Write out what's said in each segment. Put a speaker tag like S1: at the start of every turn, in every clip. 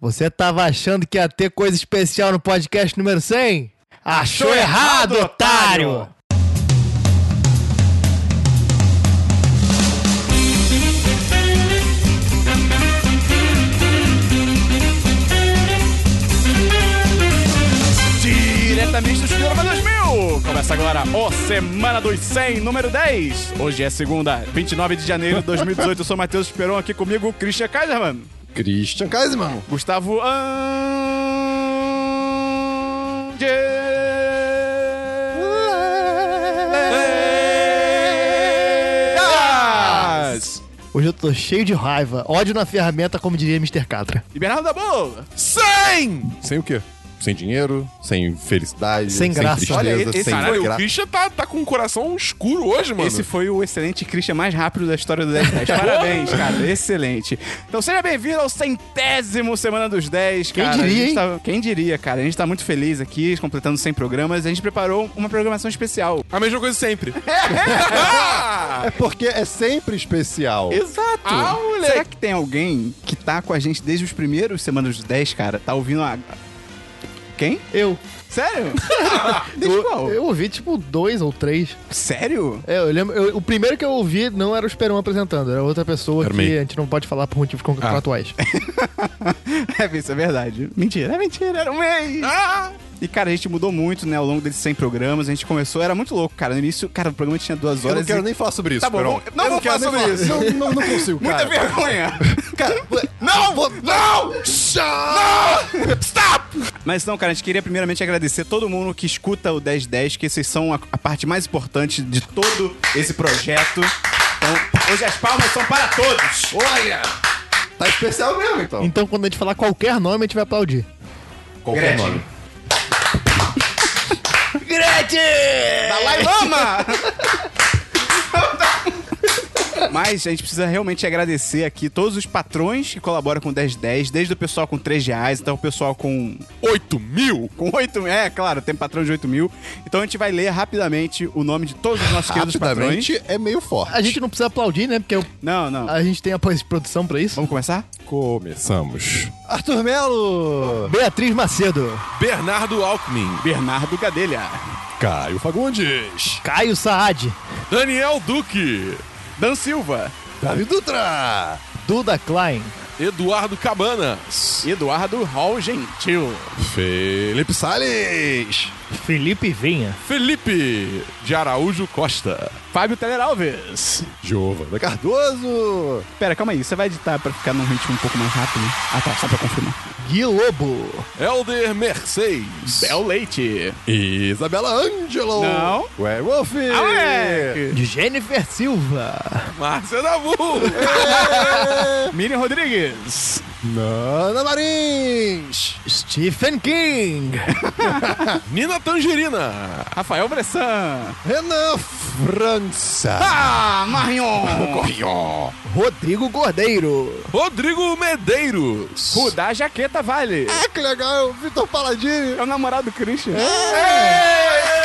S1: Você tava achando que ia ter coisa especial no podcast número 100? Achou errado, otário!
S2: Diretamente do Estudiorama 2000! Começa agora o Semana dos 100, número 10. Hoje é segunda, 29 de janeiro de 2018. Eu sou o Matheus Esperon, aqui comigo o Christian Kaiserman.
S3: Christian Kaisman.
S2: Gustavo Andes.
S1: Hoje eu tô cheio de raiva. Ódio na ferramenta, como diria Mr. Catra.
S2: E Bernardo da Boa.
S3: 100! Sem o quê? Sem dinheiro, sem felicidade,
S1: Sem graça.
S3: tristeza,
S2: Olha, esse-
S3: sem
S2: caralho,
S3: gra-
S4: O Christian tá, tá com o coração escuro hoje, mano.
S2: Esse foi o excelente Christian mais rápido da história do 10 10. Parabéns, cara. Excelente. Então seja bem-vindo ao centésimo Semana dos 10,
S1: Quem
S2: cara.
S1: diria,
S2: A gente
S1: hein?
S2: tá- Quem diria, cara. A gente tá muito feliz aqui, completando 100 programas. A gente preparou uma programação especial.
S4: A mesma coisa sempre.
S3: É porque é sempre especial.
S2: Exato.
S4: Ah, moleque.
S2: Será que tem alguém que tá com a gente desde os primeiros Semanas dos 10, cara? Tá ouvindo a... Quem?
S1: Eu.
S2: Sério? desde qual?
S1: Eu ouvi tipo dois ou três.
S2: Sério?
S1: É, eu lembro. eu- o primeiro que eu ouvi não era o Esperão apresentando, era outra pessoa
S3: Era
S1: que
S3: meio.
S1: a gente não pode falar por motivos contratuais.
S2: É, isso é verdade. Mentira, é mentira. Era um mês.
S4: Ah!
S2: E, cara, a gente mudou muito, né, ao longo desses 100 programas. A gente começou, era muito louco, cara. No início, cara, o programa tinha duas
S3: Eu não
S2: horas
S3: quero
S2: e...
S3: nem falar sobre isso,
S2: Tá bom,
S3: Perón.
S2: vou- não
S3: Eu
S2: vou
S3: quero
S2: falar
S3: nem
S2: sobre
S3: falar. Não, não, não consigo,
S2: Muita
S3: cara.
S2: vergonha!
S3: Cara,
S4: Não!
S3: vou-
S4: Não! Não! Stop!
S2: Mas não, cara, a gente queria primeiramente agradecer todo mundo que escuta o 1010, que vocês são a, a parte mais importante de todo esse projeto. Então, hoje as palmas são para todos!
S3: Olha! Tá especial mesmo, então.
S1: Então, quando a gente falar qualquer nome, a gente vai aplaudir.
S3: Qualquer
S2: Gretchen.
S3: nome.
S2: Dalai Lama! Mas a gente precisa realmente agradecer aqui todos os patrões que colaboram com o 1010, desde o pessoal com 3 reais até o pessoal com
S4: 8 mil?
S2: Com 8 mil, é claro, tem patrão de 8 mil. Então a gente vai ler rapidamente o nome de todos os nossos queridos patrões.
S3: Rapidamente é meio forte.
S1: A gente não precisa aplaudir, né? Porque eu-
S2: Não, não.
S1: a gente tem a pós-produção pra isso.
S2: Vamos começar?
S3: Começamos. Arthur Melo!
S1: Beatriz Macedo,
S4: Bernardo Alckmin.
S2: Bernardo Gadelha,
S3: Caio Fagundes!
S1: Caio Saad,
S4: Daniel Duque.
S2: Dan Silva,
S3: Davi Dutra!
S1: Duda Klein,
S4: Eduardo Cabanas.
S2: Eduardo Hall Gentil,
S3: Felipe Salles!
S1: Felipe Vinha,
S4: Felipe de Araújo Costa.
S2: Fábio Teler Alves.
S3: Giovana Cardoso!
S2: Pera, calma aí, você vai editar pra ficar num ritmo um pouco mais rápido? Ah tá, só pra confirmar.
S1: Gui Lobo,
S4: Helder Mercedes.
S2: Bel Leite,
S3: Isabela Angelo!
S2: Não.
S3: Ué, Wolf!
S2: Ah, moleque.
S1: Jennifer Silva,
S4: Márcia Dabu.
S2: Miriam Rodrigues,
S3: Nana Marins!
S1: Stephen King,
S4: Nina Tangerina.
S2: Rafael Bressan,
S3: Renan França!
S2: Ah, Marion,
S4: Pior.
S1: Rodrigo Cordeiro,
S4: Rodrigo Medeiros.
S2: Rudá Jaqueta Vale,
S3: Ah, que legal! Vitor Paladini!
S2: é o namorado do Christian. É,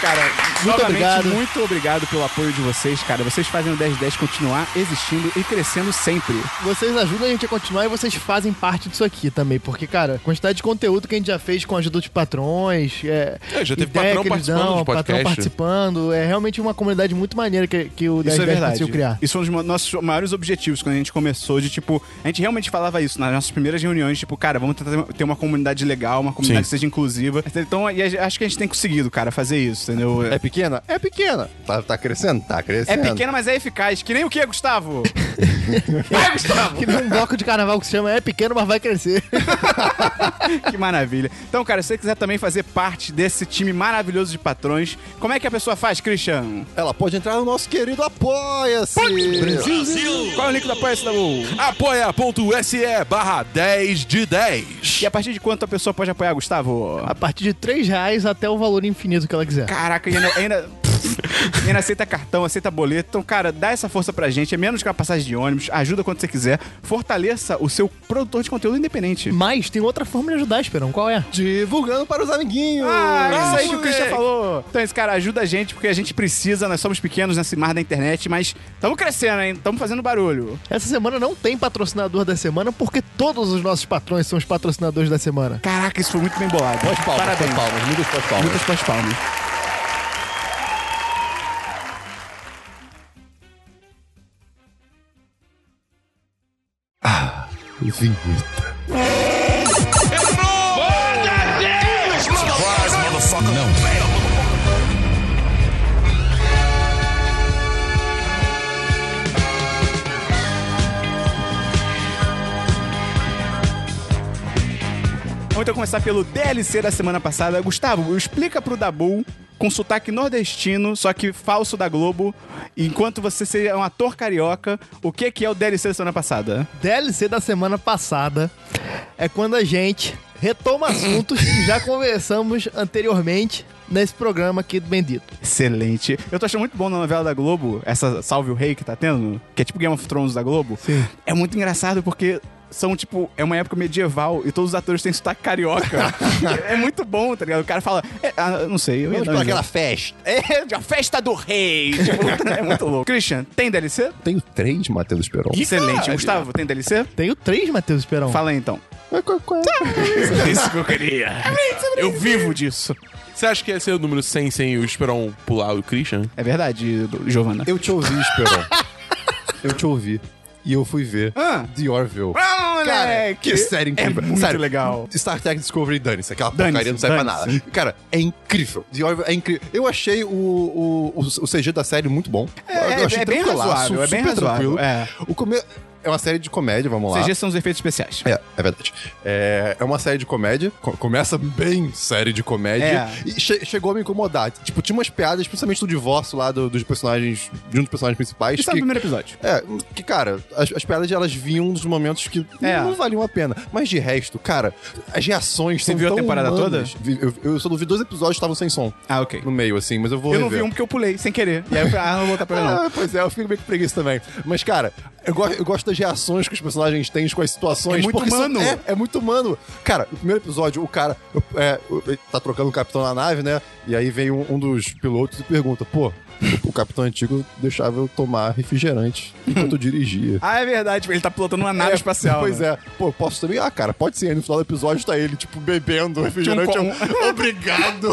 S2: Cara, muito
S1: obrigado.
S2: muito obrigado pelo apoio de vocês, cara. Vocês fazem o 1010 continuar existindo e crescendo sempre.
S1: vocês ajudam a gente a continuar e vocês fazem parte disso aqui também, porque, cara, a quantidade de conteúdo que a gente já fez com a ajuda dos patrões, é,
S4: É, já teve
S1: ideia
S4: patrão
S1: que eles
S4: participando
S1: dão,
S4: dos
S1: patrão
S4: podcasts.
S1: participando, é realmente uma comunidade muito maneira que, que o 1010
S2: Isso é verdade.
S1: conseguiu criar.
S2: Isso foi um dos ma- nossos maiores objetivos quando a gente começou de tipo, a gente realmente falava isso nas nossas primeiras reuniões, tipo, cara, vamos tentar ter uma- ter uma comunidade legal, uma comunidade
S4: Sim.
S2: que seja inclusiva. Então, e a- acho que a gente tem conseguido, cara, fazer isso, entendeu?
S3: É pequena? É pequena! Tá, tá crescendo? Tá
S2: É
S3: crescendo.
S2: pequena, mas é eficaz. Que nem o que, Gustavo? Vai, Gustavo!
S1: Que nem um bloco de carnaval que se chama É Pequeno, mas vai crescer.
S2: Que maravilha. Então, cara, se você quiser também fazer parte desse time maravilhoso de patrões, como é que a pessoa faz, Christian?
S3: Ela pode entrar no nosso querido Apoia-se!
S2: Qual é o link da Apoia-se da
S4: Apoia.se barra 10 de 10.
S2: E é a partir de quanto a pessoa pode apoiar, Gustavo?
S1: A partir de 3 reais até o valor infinito que ela quiser.
S2: Caraca, e ainda. ainda... Ele aceita cartão, aceita boleto. Então, cara, dá essa força pra gente. É menos que uma passagem de ônibus. Ajuda quando você quiser. Fortaleça o seu produtor de conteúdo independente.
S1: Mas tem outra forma de ajudar, Esperão. Qual é?
S5: Divulgando para os amiguinhos.
S2: Ah, é isso aí que o
S4: moleque.
S2: Christian falou. Então, esse cara ajuda a gente, porque a gente precisa, nós somos pequenos nesse mar da internet, mas estamos crescendo, hein? Estamos fazendo barulho.
S1: Essa semana não tem patrocinador da semana, porque todos os nossos patrões são os patrocinadores da semana.
S2: Caraca, isso foi muito bem bolado.
S5: Pós palmas,
S2: Parabéns.
S5: pós palmas, muitas pós palmas.
S2: Muitas pós palmas. Vamos então começar pelo DLC da semana passada. Gustavo, explica pro Dabu com sotaque nordestino, só que falso da Globo, enquanto você seja um ator carioca, o que que é o DLC da semana passada?
S1: DLC da semana passada é quando a gente retoma assuntos que já conversamos anteriormente nesse programa aqui do Bendito.
S2: Excelente. Eu tô achando muito bom na novela da Globo, essa Salve o Rei que tá tendo, que é tipo Game of Thrones da Globo. Sim. É muito engraçado porque são, tipo, é uma época medieval e todos os atores têm sotaque carioca. é muito bom, tá ligado? O cara fala, "É, ah, não sei, eu ia
S5: Vamos
S2: dar um
S5: para
S2: exemplo."
S5: aquela festa.
S2: É, a festa do rei. Tipo, é muito louco. Christian, tem DLC?
S3: Tenho três, Matheus Esperon.
S2: Excelente.
S4: caralho.
S2: Gustavo, tem DLC?
S1: Tenho três, Matheus Esperão.
S2: Fala aí então.
S1: Qual- qual- qual é?
S2: Ah! Isso que eu queria. Eu vivo disso.
S4: Você acha que ia ser o número 100 sem o Esperon pular o Christian?
S2: É verdade, do- Giovana.
S5: Eu te ouvi, Esperon. eu te ouvi. E eu fui ver
S2: Ah.
S5: The Orville.
S2: Ah,
S5: Cara, que série incrível.
S2: É muito
S5: Sério,
S2: legal.
S5: Star Trek Discovery, dane-se. Aquela
S2: Dane-se,
S5: porcaria não serve pra nada.
S2: dane-se.
S5: Cara, é incrível. The Orville é incrível. Eu achei o, o, o, o CG da série muito bom.
S2: É,
S5: eu
S2: é
S5: achei
S2: bem
S5: tranquilaço,
S2: razoável, é bem
S5: super
S2: razoável,
S5: tranquilo.
S2: é.
S5: O come... é uma série de comédia, vamos lá.
S2: CG são os efeitos especiais.
S5: É, é verdade. É, é uma série de comédia. co- começa bem série de comédia.
S2: É.
S5: E che- chegou a me incomodar. Tipo, tinha umas piadas, principalmente do divórcio lá do- dos personagens. De um dos personagens principais.
S2: Isso é o
S5: que-
S2: primeiro episódio.
S5: é, que, cara, as, as piadas elas vinham dos momentos que
S2: É.
S5: não valiam a pena. Mas de resto, cara, as reações
S2: Você
S5: são
S2: viu a
S5: tão
S2: temporada
S5: humanas. Vi- Eu, eu só não vi dois episódios que estavam sem som
S2: Ah, ok.
S5: no meio, assim, mas eu vou
S2: Eu não vi
S5: rever.
S2: um porque eu pulei, sem querer. E aí eu falei, ah, não vou voltar pra ver não.
S5: Ah, pois é, eu fico meio que preguiça também. Mas, cara, eu, go- eu gosto das reações que os personagens têm com as situações.
S2: É muito
S5: porque são-
S2: humano.
S5: é, é muito humano. Cara, no primeiro episódio, o cara é, ele tá trocando o capitão na nave, né? E aí vem um, um dos pilotos e pergunta: pô, o, o capitão antigo deixava eu tomar refrigerante enquanto eu dirigia.
S2: Ah, é verdade, ele tá pilotando uma nave
S5: É,
S2: espacial.
S5: Pois
S2: né?
S5: é. Pô, posso também. Ah, cara, pode ser. Aí no final do episódio tá ele, tipo, bebendo refrigerante.
S2: Tinha um
S5: Eu- Obrigado.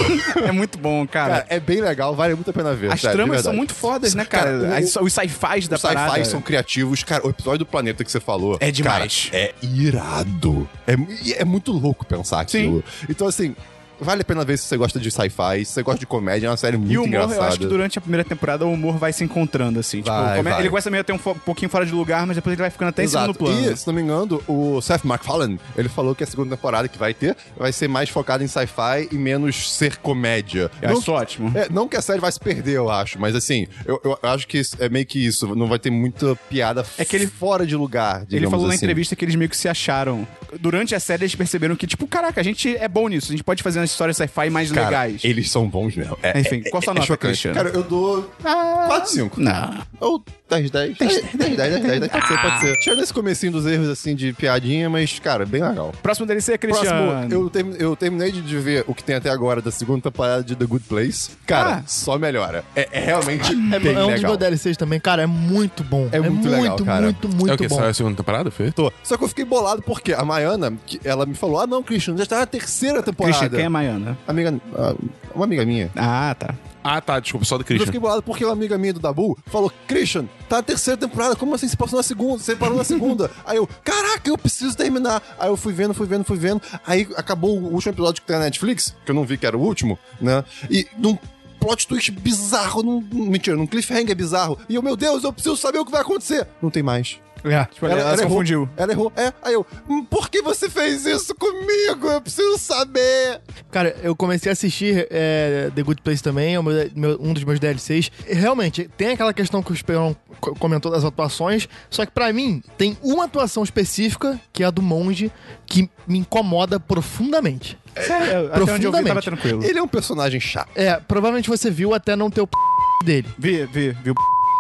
S2: é. muito bom, cara.
S5: cara, é bem legal, vale muito a pena ver.
S2: As
S5: sério, de
S2: tramas são
S5: verdade.
S2: muito fodas, né, cara?
S5: Cara, o-
S2: As- os sci-fis da
S5: Os sci-fi
S2: parada. né?
S5: são criativos. Cara, o episódio do planeta que você falou.
S2: É demais.
S5: cara, é irado. É, mu- e é muito louco pensar aquilo. Então, assim. Vale a pena ver se você gosta de sci-fi, se você gosta de comédia, é uma série muito
S2: E o humor,
S5: engraçada.
S2: eu acho que durante a primeira temporada o humor vai se encontrando, assim. tipo,
S5: Vai,
S2: come-
S5: vai.
S2: ele começa meio até um, fo- pouquinho fora de lugar, mas depois ele vai ficando até em segundo plano.
S5: E, se não me engano, o Seth MacFarlane, ele falou que a segunda temporada que vai ter vai ser mais focada em sci-fi e menos ser comédia.
S2: Eu acho isso ótimo.
S5: É, não que a série vai se perder, eu acho, mas assim, eu, eu acho que isso- é meio que isso. Não vai ter muita piada
S2: É que ele-
S5: fora de lugar,
S2: Ele
S5: digamos
S2: falou na
S5: assim.
S2: entrevista que eles meio que se acharam. Durante a série, eles perceberam que, tipo, caraca, a gente é bom nisso. A gente pode fazer umas histórias sci-fi mais
S5: Cara,
S2: legais.
S5: Eles são bons mesmo. É,
S2: Enfim, qual sua nota,
S5: chocante.
S2: Christian?
S5: Cara, eu dou
S2: Ah.
S5: 4, 5.
S2: Não.
S5: Ou É, 10, 10. 10, 10, 10, 10, 10. Pode ser, pode ser. Tirando esse comecinho dos erros, assim, de piadinha, mas, cara, bem legal.
S2: Próximo DLC é Christian.
S5: Próximo, eu, termi- eu terminei de de ver o que tem até agora da segunda temporada de The Good Place. Cara,
S2: Ah.
S5: só melhora. É, é realmente
S1: É,
S5: bem
S1: é um dos
S5: legal.
S1: meus DLCs também, cara. É muito bom.
S5: É muito legal, cara.
S1: muito, muito,
S4: é o que?
S1: bom.
S4: Saiu a segunda temporada, foi?
S5: Tô. Só que eu fiquei bolado porque a Maiana, que- ela me falou: Ah, não, Christian, já tá na terceira temporada.
S2: Christian, quem é Maiana?
S5: Amiga, ah, uma amiga minha.
S2: Ah, tá.
S4: Ah, tá, desculpa, só do
S5: Eu
S4: Christian.
S5: fiquei bolado porque uma amiga minha do Dabu falou: Christian, tá na terceira temporada, como assim você passou na segunda? Você parou na segunda? Aí eu, caraca, eu preciso terminar. Aí eu fui vendo, fui vendo, fui vendo. Aí acabou o último episódio que tem na Netflix, que eu não vi que era o último, né? E num plot twist bizarro, num. Mentira, num cliffhanger bizarro. E eu, meu Deus, eu preciso saber o que vai acontecer. Não tem mais.
S2: É, tipo, ela, ela se confundiu.
S5: Errou, ela errou. É, aí eu, "Hum, por que você fez isso comigo? Eu preciso saber.
S1: Cara, eu comecei a assistir é, The Good Place também, é o meu- meu- um dos meus DLCs. E, Realmente, tem aquela questão que o Esperão co- comentou das atuações, só que pra mim, tem uma atuação específica, que é a do monge, que me incomoda profundamente.
S2: Sério, até onde eu vi,
S1: Profundamente.
S2: tava tranquilo.
S5: Ele é um personagem chato.
S1: É, provavelmente você viu até não ter o p dele.
S2: Vi, vi, vi o...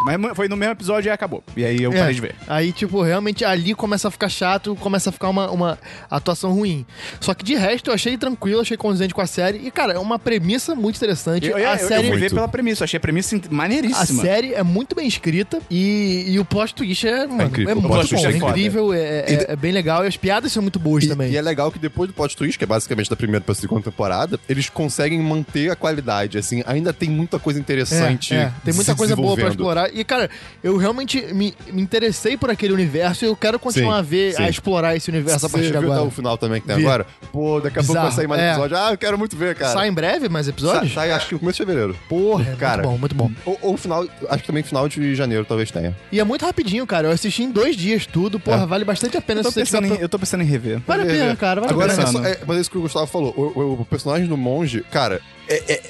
S2: Mas foi no mesmo episódio e acabou. E aí eu
S1: É.
S2: parei de ver.
S1: Aí, tipo, realmente ali começa a ficar chato, começa a ficar uma, uma atuação ruim. Só que de resto eu achei tranquilo, achei condizente com a série. E, cara, é uma premissa muito interessante.
S2: Eu, eu,
S1: Tipo, a
S2: eu- eu
S1: série.
S2: fui ver
S3: Muito.
S2: pela premissa, achei a premissa in-
S1: a
S2: maneiríssima.
S1: série é muito bem escrita e, e o plot twist é, mano,
S3: incrível.
S1: é
S3: O
S1: muito
S2: plot
S1: bom,
S2: twist
S1: é
S2: é foda.
S1: incrível, é, é- é bem legal e as piadas são muito boas
S5: E,
S1: também.
S5: e é legal que depois do plot twist, que é basicamente da primeira pra segunda temporada, eles conseguem manter a qualidade, assim, ainda tem muita coisa interessante.
S1: É, é. Tem muita
S5: se
S1: coisa boa pra
S5: desenvolvendo.
S1: explorar. E, cara, eu realmente me, me interessei por aquele universo e eu quero continuar a ver,
S3: sim.
S1: a explorar esse universo a
S5: Você
S1: partir de
S5: viu até
S1: agora.
S5: o final também que tem
S1: Vi.
S5: agora? Pô, daqui a pouco vai
S1: Bizarro,
S5: sair mais
S1: é.
S5: episódio. Ah, eu quero muito ver, cara.
S1: Sai em breve mais
S5: Sa-
S1: episódios?
S5: sai, acho que no começo de fevereiro.
S1: Porra, é
S5: Cara.
S1: muito bom, muito bom.
S5: Ou, ou final, acho que também final de janeiro talvez tenha.
S1: E é muito rapidinho, cara. Eu assisti em dois dias tudo. Porra, vale bastante a pena
S2: Eu tô,
S1: se você tá-
S2: pensando
S1: tiver
S2: em, eu tô pensando em rever.
S1: Vale a pena, cara. né? Vale
S5: Agora,
S1: a pena.
S5: é
S2: pensando.
S5: só, é, mas é isso que o Gustavo falou. O, o- o personagem do monge, cara, é. é-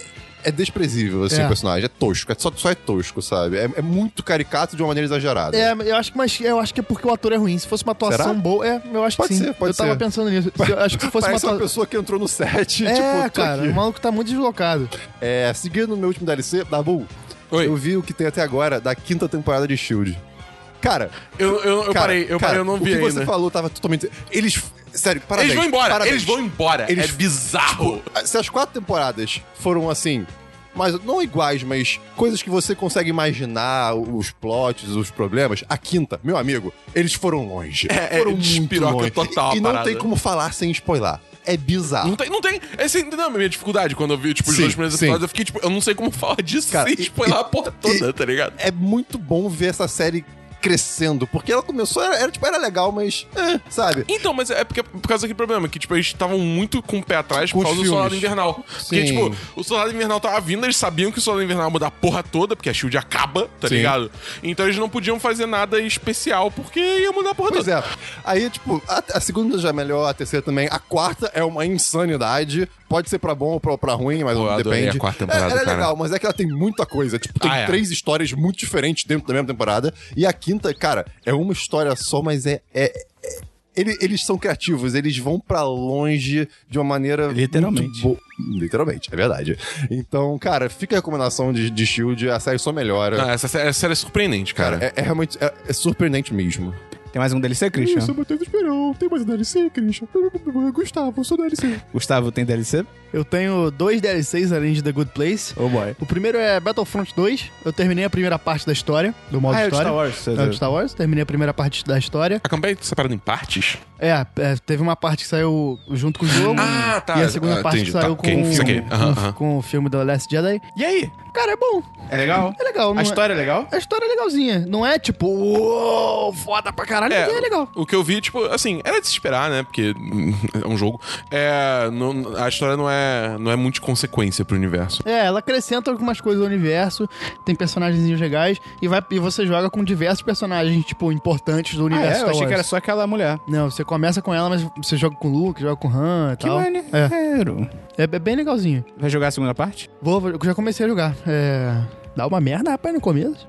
S5: é desprezível, assim,
S1: É.
S5: o personagem. É tosco. É só, só é tosco, sabe? É, é muito caricato de uma maneira exagerada.
S1: É, eu acho, que, mas eu acho que é porque o ator é ruim. Se fosse uma atuação
S5: Será?
S1: boa. É, eu acho
S5: Pode
S1: que sim.
S5: ser, pode
S1: eu tava
S5: ser.
S1: pensando nisso. Se eu acho que se fosse uma
S5: Parece uma,
S1: atuação.
S5: pessoa que entrou no set e,
S1: É,
S5: tipo, tô
S1: cara,
S5: aqui.
S1: o maluco tá muito deslocado.
S5: É, seguindo o meu último DLC, Dabu,
S4: Oi.
S5: eu vi o que tem até agora da quinta temporada de S.H.I.E.L.D. Cara,
S4: Eu, eu, eu
S5: cara,
S4: parei,
S5: cara,
S4: eu parei, eu não vi
S5: O que
S4: ainda.
S5: você falou tava totalmente... Eles... Sério, parabéns.
S4: eles vão embora,
S5: parabéns.
S4: eles vão embora.
S5: Eles- Tipo,
S4: É bizarro.
S5: Ah, Se as quatro temporadas foram assim... Mas não iguais, mas coisas que você consegue imaginar, os plots, os problemas. A quinta, meu amigo, eles foram longe.
S4: É, é,
S5: foram muito
S4: despiroca
S5: longe.
S4: total a
S5: E, e não
S4: parada.
S5: tem como falar sem spoiler. É bizarro.
S4: Não tem, não tem. Essa ainda não é a minha dificuldade. Quando eu vi, tipo, os
S5: Sim,
S4: dois primeiros
S5: sim.
S4: episódios, eu fiquei, tipo, eu não sei como falar disso assim,
S5: Cara,
S4: sem
S5: e-
S4: spoiler
S5: e-
S4: a porra toda, tá ligado?
S5: é muito bom ver essa série crescendo, porque ela começou, era, era, tipo, era legal, mas, eh, sabe?
S4: Então, mas é porque por causa daquele problema, que, tipo, eles estavam muito com o pé atrás
S5: Com os
S4: por causa do
S5: filmes.
S4: Soldado Invernal.
S5: Sim.
S4: Porque, tipo, o Soldado Invernal tava vindo, eles sabiam que o Soldado Invernal ia mudar a porra toda, porque a Shield acaba, tá
S5: Sim.
S4: ligado? Então eles não podiam fazer nada especial porque ia mudar a porra
S5: Pois
S4: toda.
S5: é. Aí, tipo, a, a segunda já é melhor, a terceira também. A quarta é uma insanidade. Pode ser pra bom ou pra, pra ruim, mas
S4: Pô, eu adorei
S5: depende.
S4: a quarta temporada,
S5: É, ela é
S4: cara.
S5: legal, mas é que ela tem muita coisa. Tipo, tem
S4: Ah, é.
S5: três histórias muito diferentes dentro da mesma temporada. E a quinta, cara, é uma história só, mas é. é- é- ele- eles são criativos, eles vão pra longe de uma maneira.
S2: Literalmente.
S5: muito boa. Literalmente, é verdade. Então, cara, fica a recomendação de, de Shield, a série só melhora.
S4: Não, essa, sé- essa série é surpreendente, cara.
S5: Cara, é, é realmente é, é surpreendente mesmo.
S2: Tem mais um DLC, Christian?
S5: Matheus Esperão. Tem mais DLC, Christian? Gustavo, sou DLC.
S2: Gustavo, tem DLC?
S1: Eu tenho dois DLCs além de The Good Place.
S2: Oh boy.
S1: O primeiro é Battlefront 2. Eu terminei a primeira parte da história, do modo
S2: Ah, é o de
S1: história.
S2: Star Wars.
S1: É o de Star Wars. Terminei a primeira parte da história.
S4: A campanha é separada em partes?
S1: É, é, teve uma parte que saiu junto com o jogo.
S4: Ah, tá.
S1: E a segunda
S4: Ah,
S1: parte
S4: entendi.
S1: saiu com,
S4: Tá, ok. Isso aqui.
S1: com-
S4: Aham, aham.
S1: com o filme The Last Jedi.
S2: E aí?
S1: Cara, é bom.
S2: É legal?
S1: É legal. não
S2: A
S1: é-
S2: história é legal?
S1: A história é legalzinha. Não é tipo, uou, foda pra caralho,
S4: É,
S1: mas é legal.
S4: O que eu vi, tipo, assim, era de se esperar, né? Porque hum, é um jogo. É, não- a história não é, não é muito de consequência pro universo.
S1: É, ela acrescenta algumas coisas ao universo, tem personagens legais, e, vai, e você joga com diversos personagens, tipo, importantes do
S2: Ah,
S1: universo
S2: é?
S1: Star
S2: Eu achei
S1: Wars.
S2: que era só aquela mulher.
S1: Não, você começa com ela, mas você joga com o Luke, joga com o Han e
S2: Que
S1: tal. É,
S2: maneiro.
S1: é, é bem legalzinho.
S2: Vai jogar a segunda parte?
S1: Vou, vou- eu já comecei a jogar. É, Dá uma merda, rapaz, no começo.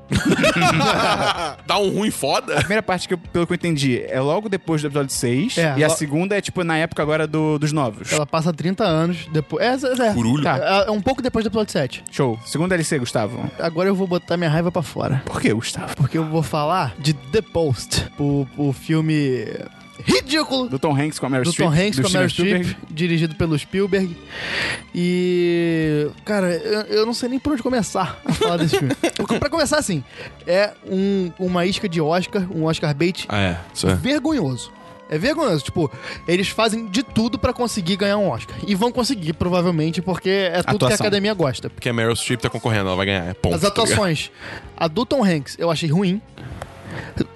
S4: Dá um ruim
S2: A
S4: foda?
S2: primeira parte, que eu- pelo que eu entendi, é logo depois do episódio 6.
S1: É,
S2: e a
S1: lo-
S2: segunda é, tipo, na época agora do- dos novos.
S1: Ela passa 30 anos depois. É, é, é.
S4: Curulho.
S1: É, é um pouco depois do episódio 7.
S2: Show. Segundo DLC, Gustavo.
S1: Agora eu vou botar minha raiva pra fora.
S2: Por que, Gustavo?
S1: Porque eu vou falar de The Post, o, o filme ridículo
S2: Do Tom Hanks com a Meryl
S1: do
S2: Streep.
S1: Tom Hanks
S2: do
S1: com a Meryl
S2: Steven
S1: Streep, dirigido pelo Spielberg. E. Cara, eu, eu não sei nem por onde começar a falar desse filme. Porque, pra começar, assim, é um- uma isca de Oscar, um Oscar bait
S4: Ah, é. Isso é.
S1: vergonhoso. É vergonhoso, tipo, eles fazem de tudo pra conseguir ganhar um Oscar. E vão conseguir, provavelmente, porque é tudo que a
S2: Atuação.
S1: academia gosta.
S4: Porque a Meryl Streep tá concorrendo, ela vai ganhar. É ponto.
S1: As
S4: tá ligado?
S1: atuações. A do Tom Hanks eu achei ruim.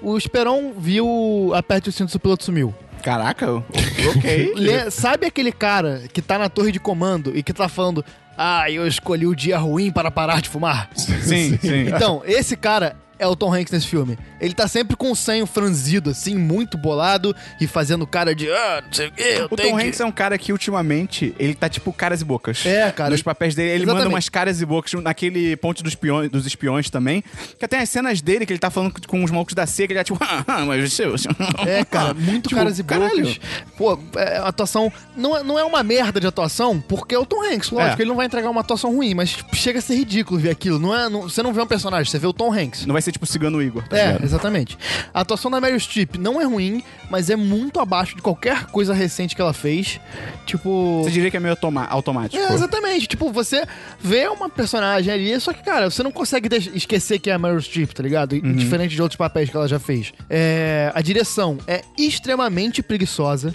S1: O Esperon viu Aperte o Cinto, o Piloto Sumiu.
S2: Streep. Caraca. Ok.
S1: Le- sabe aquele cara que tá na torre de comando e que tá falando Ah, eu escolhi o dia ruim para parar de fumar?
S2: sim, sim.
S1: Então, esse cara é o Tom Hanks nesse filme. Ele tá sempre com o senho franzido, assim, muito bolado e fazendo cara de, ah, não sei o quê, eu
S2: O
S1: tenho
S2: Tom
S1: que...
S2: Hanks é um cara que ultimamente ele tá tipo caras e bocas.
S1: É, cara.
S2: Nos papéis dele, ele
S1: Exatamente.
S2: manda umas caras e bocas naquele ponte dos, peões, dos espiões também. Que tem as cenas dele que ele tá falando com os malucos da seca, ele é tipo, ah, ah, mas você. você-
S1: É, cara, muito
S2: Tipo,
S1: caras e
S2: caralho.
S1: bocas. Pô, é, a atuação não é, não é uma merda de atuação, porque é o Tom Hanks, lógico,
S2: É.
S1: ele não vai entregar uma atuação ruim, mas tipo, chega a ser ridículo ver aquilo. Não é, não- você não vê um personagem, você vê o Tom Hanks.
S2: Não vai ser tipo cigano Igor. Tá
S1: É,
S2: ligado?
S1: exatamente. A atuação da Meryl Streep não é ruim, mas é muito abaixo de qualquer coisa recente que ela fez. Tipo.
S2: Você diria que é meio automa- automático.
S1: É, exatamente. Tipo, você vê uma personagem ali, só que, cara, você não consegue deix- esquecer que é a Meryl Streep, tá ligado? E- Diferente de outros papéis que ela já fez. É, a direção é extremamente preguiçosa.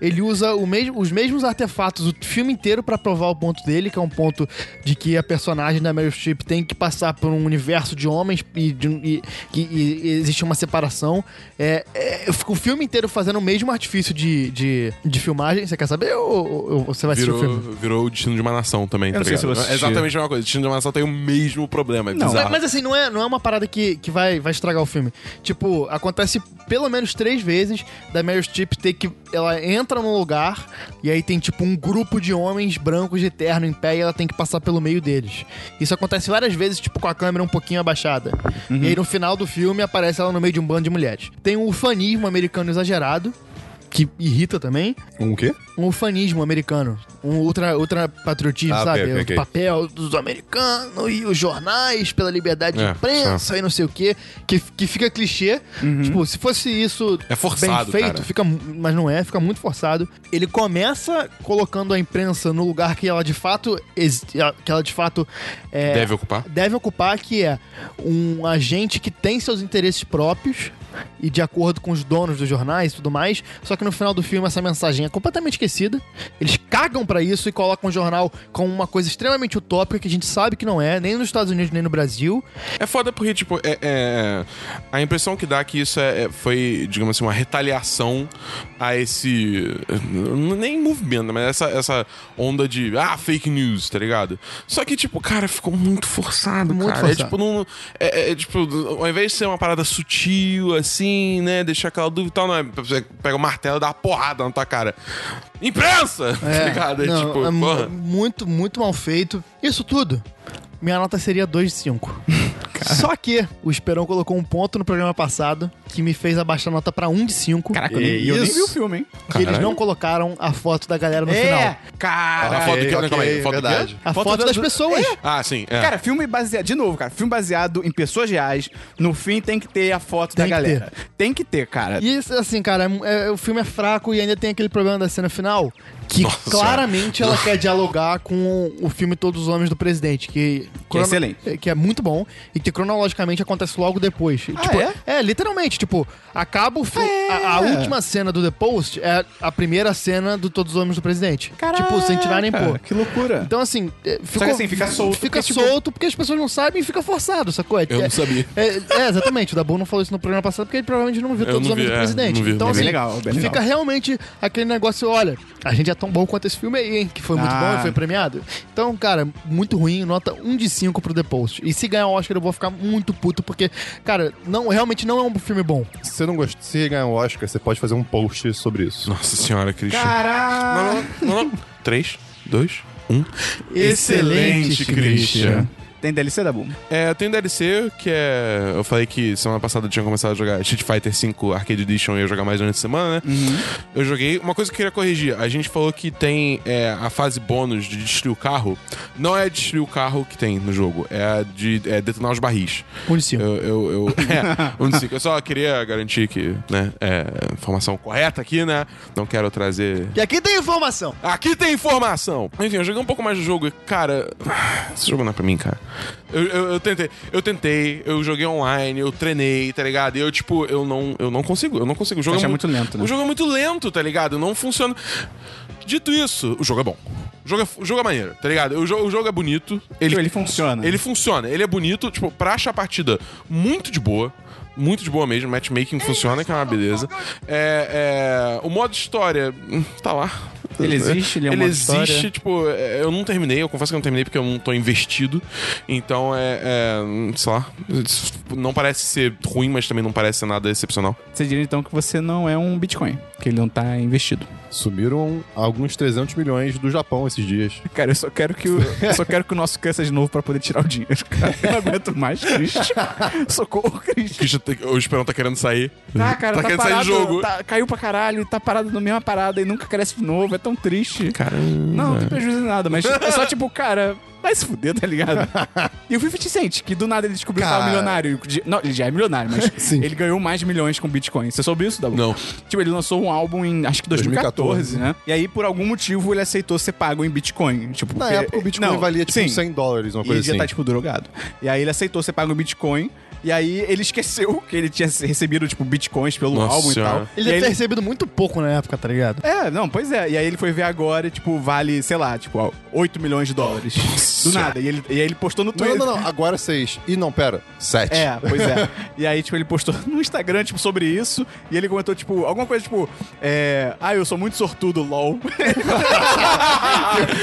S1: Ele usa o mes- os mesmos artefatos o filme inteiro pra provar o ponto dele, que é um ponto de que a personagem da Meryl Streep tem que passar por um universo de homens e, de um- e- que- e- e existe uma separação. É, é, eu fico o filme inteiro fazendo o mesmo artifício de, de, de filmagem. Você quer saber ou, ou- ou você vai assistir o filme?
S4: Virou, virou o destino de uma nação também,
S2: Eu
S4: tá
S2: não sei
S4: ligado?
S2: se eu vou assistir.
S4: É exatamente a mesma coisa. O destino de uma nação tem o mesmo problema. É
S2: Não.
S4: bizarro.
S1: Mas, mas assim, não é, não é uma parada que, que vai, vai estragar o filme. Tipo, acontece pelo menos três vezes da Meryl Streep ter que. Ela entra num lugar e aí tem, tipo, um grupo de homens brancos de terno em pé e ela tem que passar pelo meio deles. Isso acontece várias vezes, tipo, com a câmera um pouquinho abaixada. E aí no final do filme aparece ela no meio de um bando de mulheres. Tem um ufanismo americano exagerado, que irrita também
S3: Um quê?
S1: um ufanismo americano. Um ultra, ultra patriotismo,
S3: Ah,
S1: sabe?
S3: ok, ok,
S1: O
S3: ok.
S1: papel dos americanos e os jornais pela liberdade de
S4: É,
S1: imprensa e não sei o quê. Que, que fica clichê. Tipo, se fosse isso
S4: É forçado,
S1: bem feito,
S4: cara.
S1: fica, mu- mas não é, fica muito forçado. Ele começa colocando a imprensa no lugar que ela de fato. ex- Que ela de fato é,
S4: Deve ocupar.
S1: deve ocupar, que é um agente que tem seus interesses próprios e de acordo com os donos dos jornais e tudo mais. Só que no final do filme essa mensagem é completamente esquecida. Eles cagam pra isso e colocam o jornal como uma coisa extremamente utópica que a gente sabe que não é, nem nos Estados Unidos nem no Brasil.
S4: É foda porque, tipo, é, é- a impressão que dá é que isso é, é- foi, digamos assim, uma retaliação a esse. n- Nem movimento, mas essa, essa onda de. Ah, fake news, tá ligado? Só que, tipo, cara, ficou muito forçado,
S1: Muito
S4: cara.
S1: forçado.
S4: É tipo, não. É, é, tipo, ao invés de ser uma parada sutil, assim, né? Deixar aquela dúvida e tal, não é. Você pega o martelo e dá uma porrada na tua cara. Imprensa! tá ligado? É
S1: não,
S4: tipo,
S1: é mu-
S4: porra.
S1: muito, muito mal feito. Isso tudo. Minha nota seria 2 de 5. Só que o Esperão colocou um ponto no programa passado que me fez abaixar a nota pra 1 de 5.
S2: Caraca, eu nem, eu nem
S5: Isso.
S2: vi o filme, hein? É,
S1: Que eles não colocaram a foto da galera no final.
S2: Cara,
S4: A foto do quê?
S5: Ok,
S4: Calma aí, a foto do quê?
S5: verdade.
S1: A foto,
S2: Foto da-
S1: das
S2: do-
S1: pessoas.
S4: Ah, sim. É.
S2: Cara, filme baseado. De novo, cara, filme baseado em pessoas reais. No fim tem que ter a foto
S1: Tem
S2: da
S1: que
S2: galera. Tem que ter, cara.
S1: E isso, assim, cara, é- é- o filme é fraco e ainda tem aquele problema da cena final que
S4: Nossa
S1: claramente ela quer dialogar com o filme Todos os Homens do Presidente, que, crono-
S2: excelente.
S1: que é muito bom e que cronologicamente acontece logo depois.
S2: Ah,
S1: tipo,
S2: é?
S1: literalmente, tipo, acaba o fi- a, a última cena do The Post é a primeira cena do Todos os Homens do Presidente. tipo, sem tirar nem
S2: Caraca,
S1: pôr.
S2: Que loucura.
S1: Então, assim, é, ficou-
S2: que assim, fica solto,
S1: Fica
S2: porque, tipo-
S1: solto porque as pessoas não sabem e fica forçado, sacou? É-
S4: Eu não sabia.
S1: É, é, exatamente. O Dabu não falou isso no programa passado porque ele provavelmente não viu
S4: Eu
S1: todos os
S4: não
S1: homens
S4: vi,
S1: do
S4: é,
S1: presidente.
S4: não vi,
S1: então,
S4: não vi.
S1: assim,
S2: Bem legal, bem
S1: fica
S2: legal.
S1: realmente aquele negócio: olha, a gente é tão bom quanto esse filme aí, hein? Que foi muito
S2: Ah.
S1: bom e foi premiado. Então, cara, muito ruim. Nota 1 de 5 pro The Post. E se ganhar o Oscar, eu vou ficar muito puto porque, cara, não, realmente não é um filme bom.
S5: Se você não gostou, se ganhar um Oscar, você pode fazer um post sobre isso.
S4: Nossa senhora, Christian.
S2: Caraca!
S4: Não, não, não, não. Três, dois, um.
S1: Excelente, Christian.
S2: Tem DLC da Boom?
S4: É, tem DLC, que é. Eu falei que semana passada eu tinha começado a jogar Street Fighter V Arcade Edition e ia jogar mais durante a semana, né? Eu joguei. Uma coisa que eu queria corrigir: a gente falou que tem é, a fase bônus de destruir o carro. Não é destruir o carro que tem no jogo, é a de é detonar os barris.
S1: 1 de 5.
S4: Eu, eu, eu, é, um de cinco. Eu só queria garantir que, né, é, informação correta aqui, né? Não quero trazer
S1: E aqui tem informação.
S4: Aqui tem informação! Enfim, eu joguei um pouco mais do jogo e, cara. Esse jogo não é pra mim, cara. Eu, eu, eu tentei, eu tentei, eu joguei online, eu treinei, tá ligado? E eu, tipo, eu não, eu não consigo, eu não consigo. O jogo
S2: Acho que é
S4: é
S2: muito lento, né?
S4: O jogo é muito lento, tá ligado? Não funciona. Dito isso, o jogo é bom. O jogo é, o jogo é maneiro, tá ligado? O, jo- o jogo é bonito. Ele,
S2: Ele né? funciona.
S4: Ele funciona, ele é bonito, tipo, pra achar a partida muito de boa. Muito de boa mesmo, matchmaking funciona, que é uma beleza. É, é, o modo história hum, tá lá.
S2: Ele existe, ele é uma história.
S4: existe, tipo, é, eu não terminei, eu confesso que eu não terminei porque eu não tô investido. Então é. é sei lá. Não parece ser ruim, mas também não parece ser nada excepcional.
S2: Você diria então que você não é um Bitcoin, que ele não tá investido.
S3: Sumiram alguns 300 milhões do Japão esses dias.
S2: Cara, eu só quero que o, eu só quero que o nosso cresça de novo pra poder tirar o dinheiro, cara. Eu não aguento mais, Christian. Socorro, Christian.
S4: Christian tá- O Esperão tá querendo sair.
S2: Tá, cara, tá,
S4: querendo
S2: parado,
S4: sair do jogo.
S2: tá- caiu pra caralho, tá parado na mesma parada e nunca cresce de novo, é tão triste.
S4: Cara.
S2: Não, não tem prejuízo em nada, mas é só tipo, cara, vai se fuder, tá ligado? E o 50 Cent, que do nada ele descobriu que
S5: Cara.
S2: tava milionário. De- Não, ele já é milionário, mas
S5: Sim.
S2: ele ganhou mais milhões com Bitcoin. Você soube isso, Dabu?
S4: Não.
S2: Tipo, ele lançou um álbum em, acho que 2014,
S5: 2014,
S2: né? E aí, por algum motivo, ele aceitou ser pago em Bitcoin. Tipo,
S5: Na
S2: porque-
S5: época o Bitcoin
S2: Não,
S5: valia tipo
S2: sim.
S5: 100 dólares, uma
S2: E ele
S5: coisa
S2: já
S5: assim.
S2: tá, tipo, drogado. E aí ele aceitou ser pago em Bitcoin. E aí ele esqueceu que ele tinha recebido, tipo, Bitcoins pelo
S4: Nossa
S2: álbum
S4: Senhora.
S2: e tal.
S1: Ele
S2: e
S1: deve
S2: aí
S1: ter recebido muito pouco na época, tá ligado?
S2: é, não, pois é. E aí ele foi ver agora, e, tipo, vale, sei lá, tipo, ó, 8 milhões de dólares. Do nada. E, ele, e aí ele postou no
S5: Não,
S2: Twitter.
S5: não, não, agora seis. Ih, não, pera. Sete.
S2: É, pois é. E aí, tipo, ele postou no Instagram, tipo, sobre isso. E ele comentou, tipo, alguma coisa, tipo, é. Ah, eu sou muito sortudo, LOL.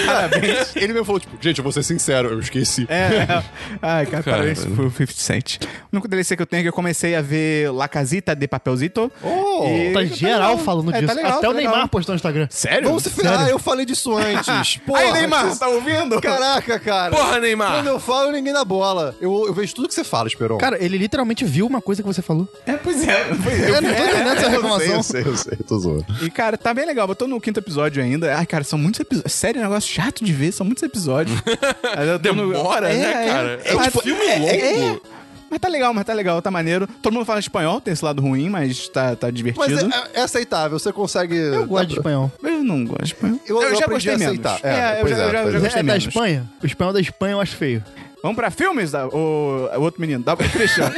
S2: Parabéns.
S5: Ele mesmo falou, tipo, gente, eu vou ser sincero, eu esqueci.
S2: É, é. Ai, cara,
S4: Cara.
S2: parabéns pro 50 Cent. O único DLC que eu tenho é que eu comecei a ver La Casita de Papelzito.
S5: Oh,
S2: E-
S1: Tá geral
S2: legal.
S1: falando
S2: É,
S1: disso.
S2: tá legal,
S1: Até
S2: tá
S1: o
S2: legal.
S1: Neymar postou no Instagram.
S2: Sério?
S5: Vamos se ferrar, eu falei disso antes. Porra,
S2: Aí, Neymar, você tá ouvindo?
S5: Caraca, cara.
S4: Porra, Neymar!
S5: Quando eu falo, ninguém dá bola. Eu, eu vejo tudo que você fala, Esperon.
S1: Cara, ele literalmente viu uma coisa que você falou.
S2: É, pois é. Pois é.
S1: Eu não tô entendendo essa reclamação.
S5: eu sei, eu sei, eu tô zoando.
S2: E, cara, tá bem legal. Eu tô no quinto episódio ainda. Ai, cara, são muitos episódios. Sério, é um negócio chato de ver, são muitos episódios. Aí eu tô no-
S4: Demora, né, cara? É um
S5: tipo
S2: Mas-
S4: filme
S2: é, é,
S4: longo.
S2: é. Mas tá legal, mas tá legal, tá maneiro. Todo mundo fala espanhol, tem esse lado ruim, mas tá, tá
S5: Mas
S2: divertido.
S5: é, é- é aceitável, você consegue.
S1: Eu gosto de espanhol.
S2: Eu não gosto de espanhol.
S5: Eu- eu
S2: já
S5: aprendi
S2: gostei
S5: a
S2: menos.
S5: aceitar.
S2: É,
S5: É,
S2: eu
S5: pois
S2: já,
S5: é,
S2: eu já, eu
S5: pois
S2: já
S1: Mas
S2: gostei
S1: é da
S2: menos.
S1: Espanha? O espanhol da Espanha eu acho feio.
S2: Vamos pra filmes, da, o, o outro menino, dá pra Cristiano.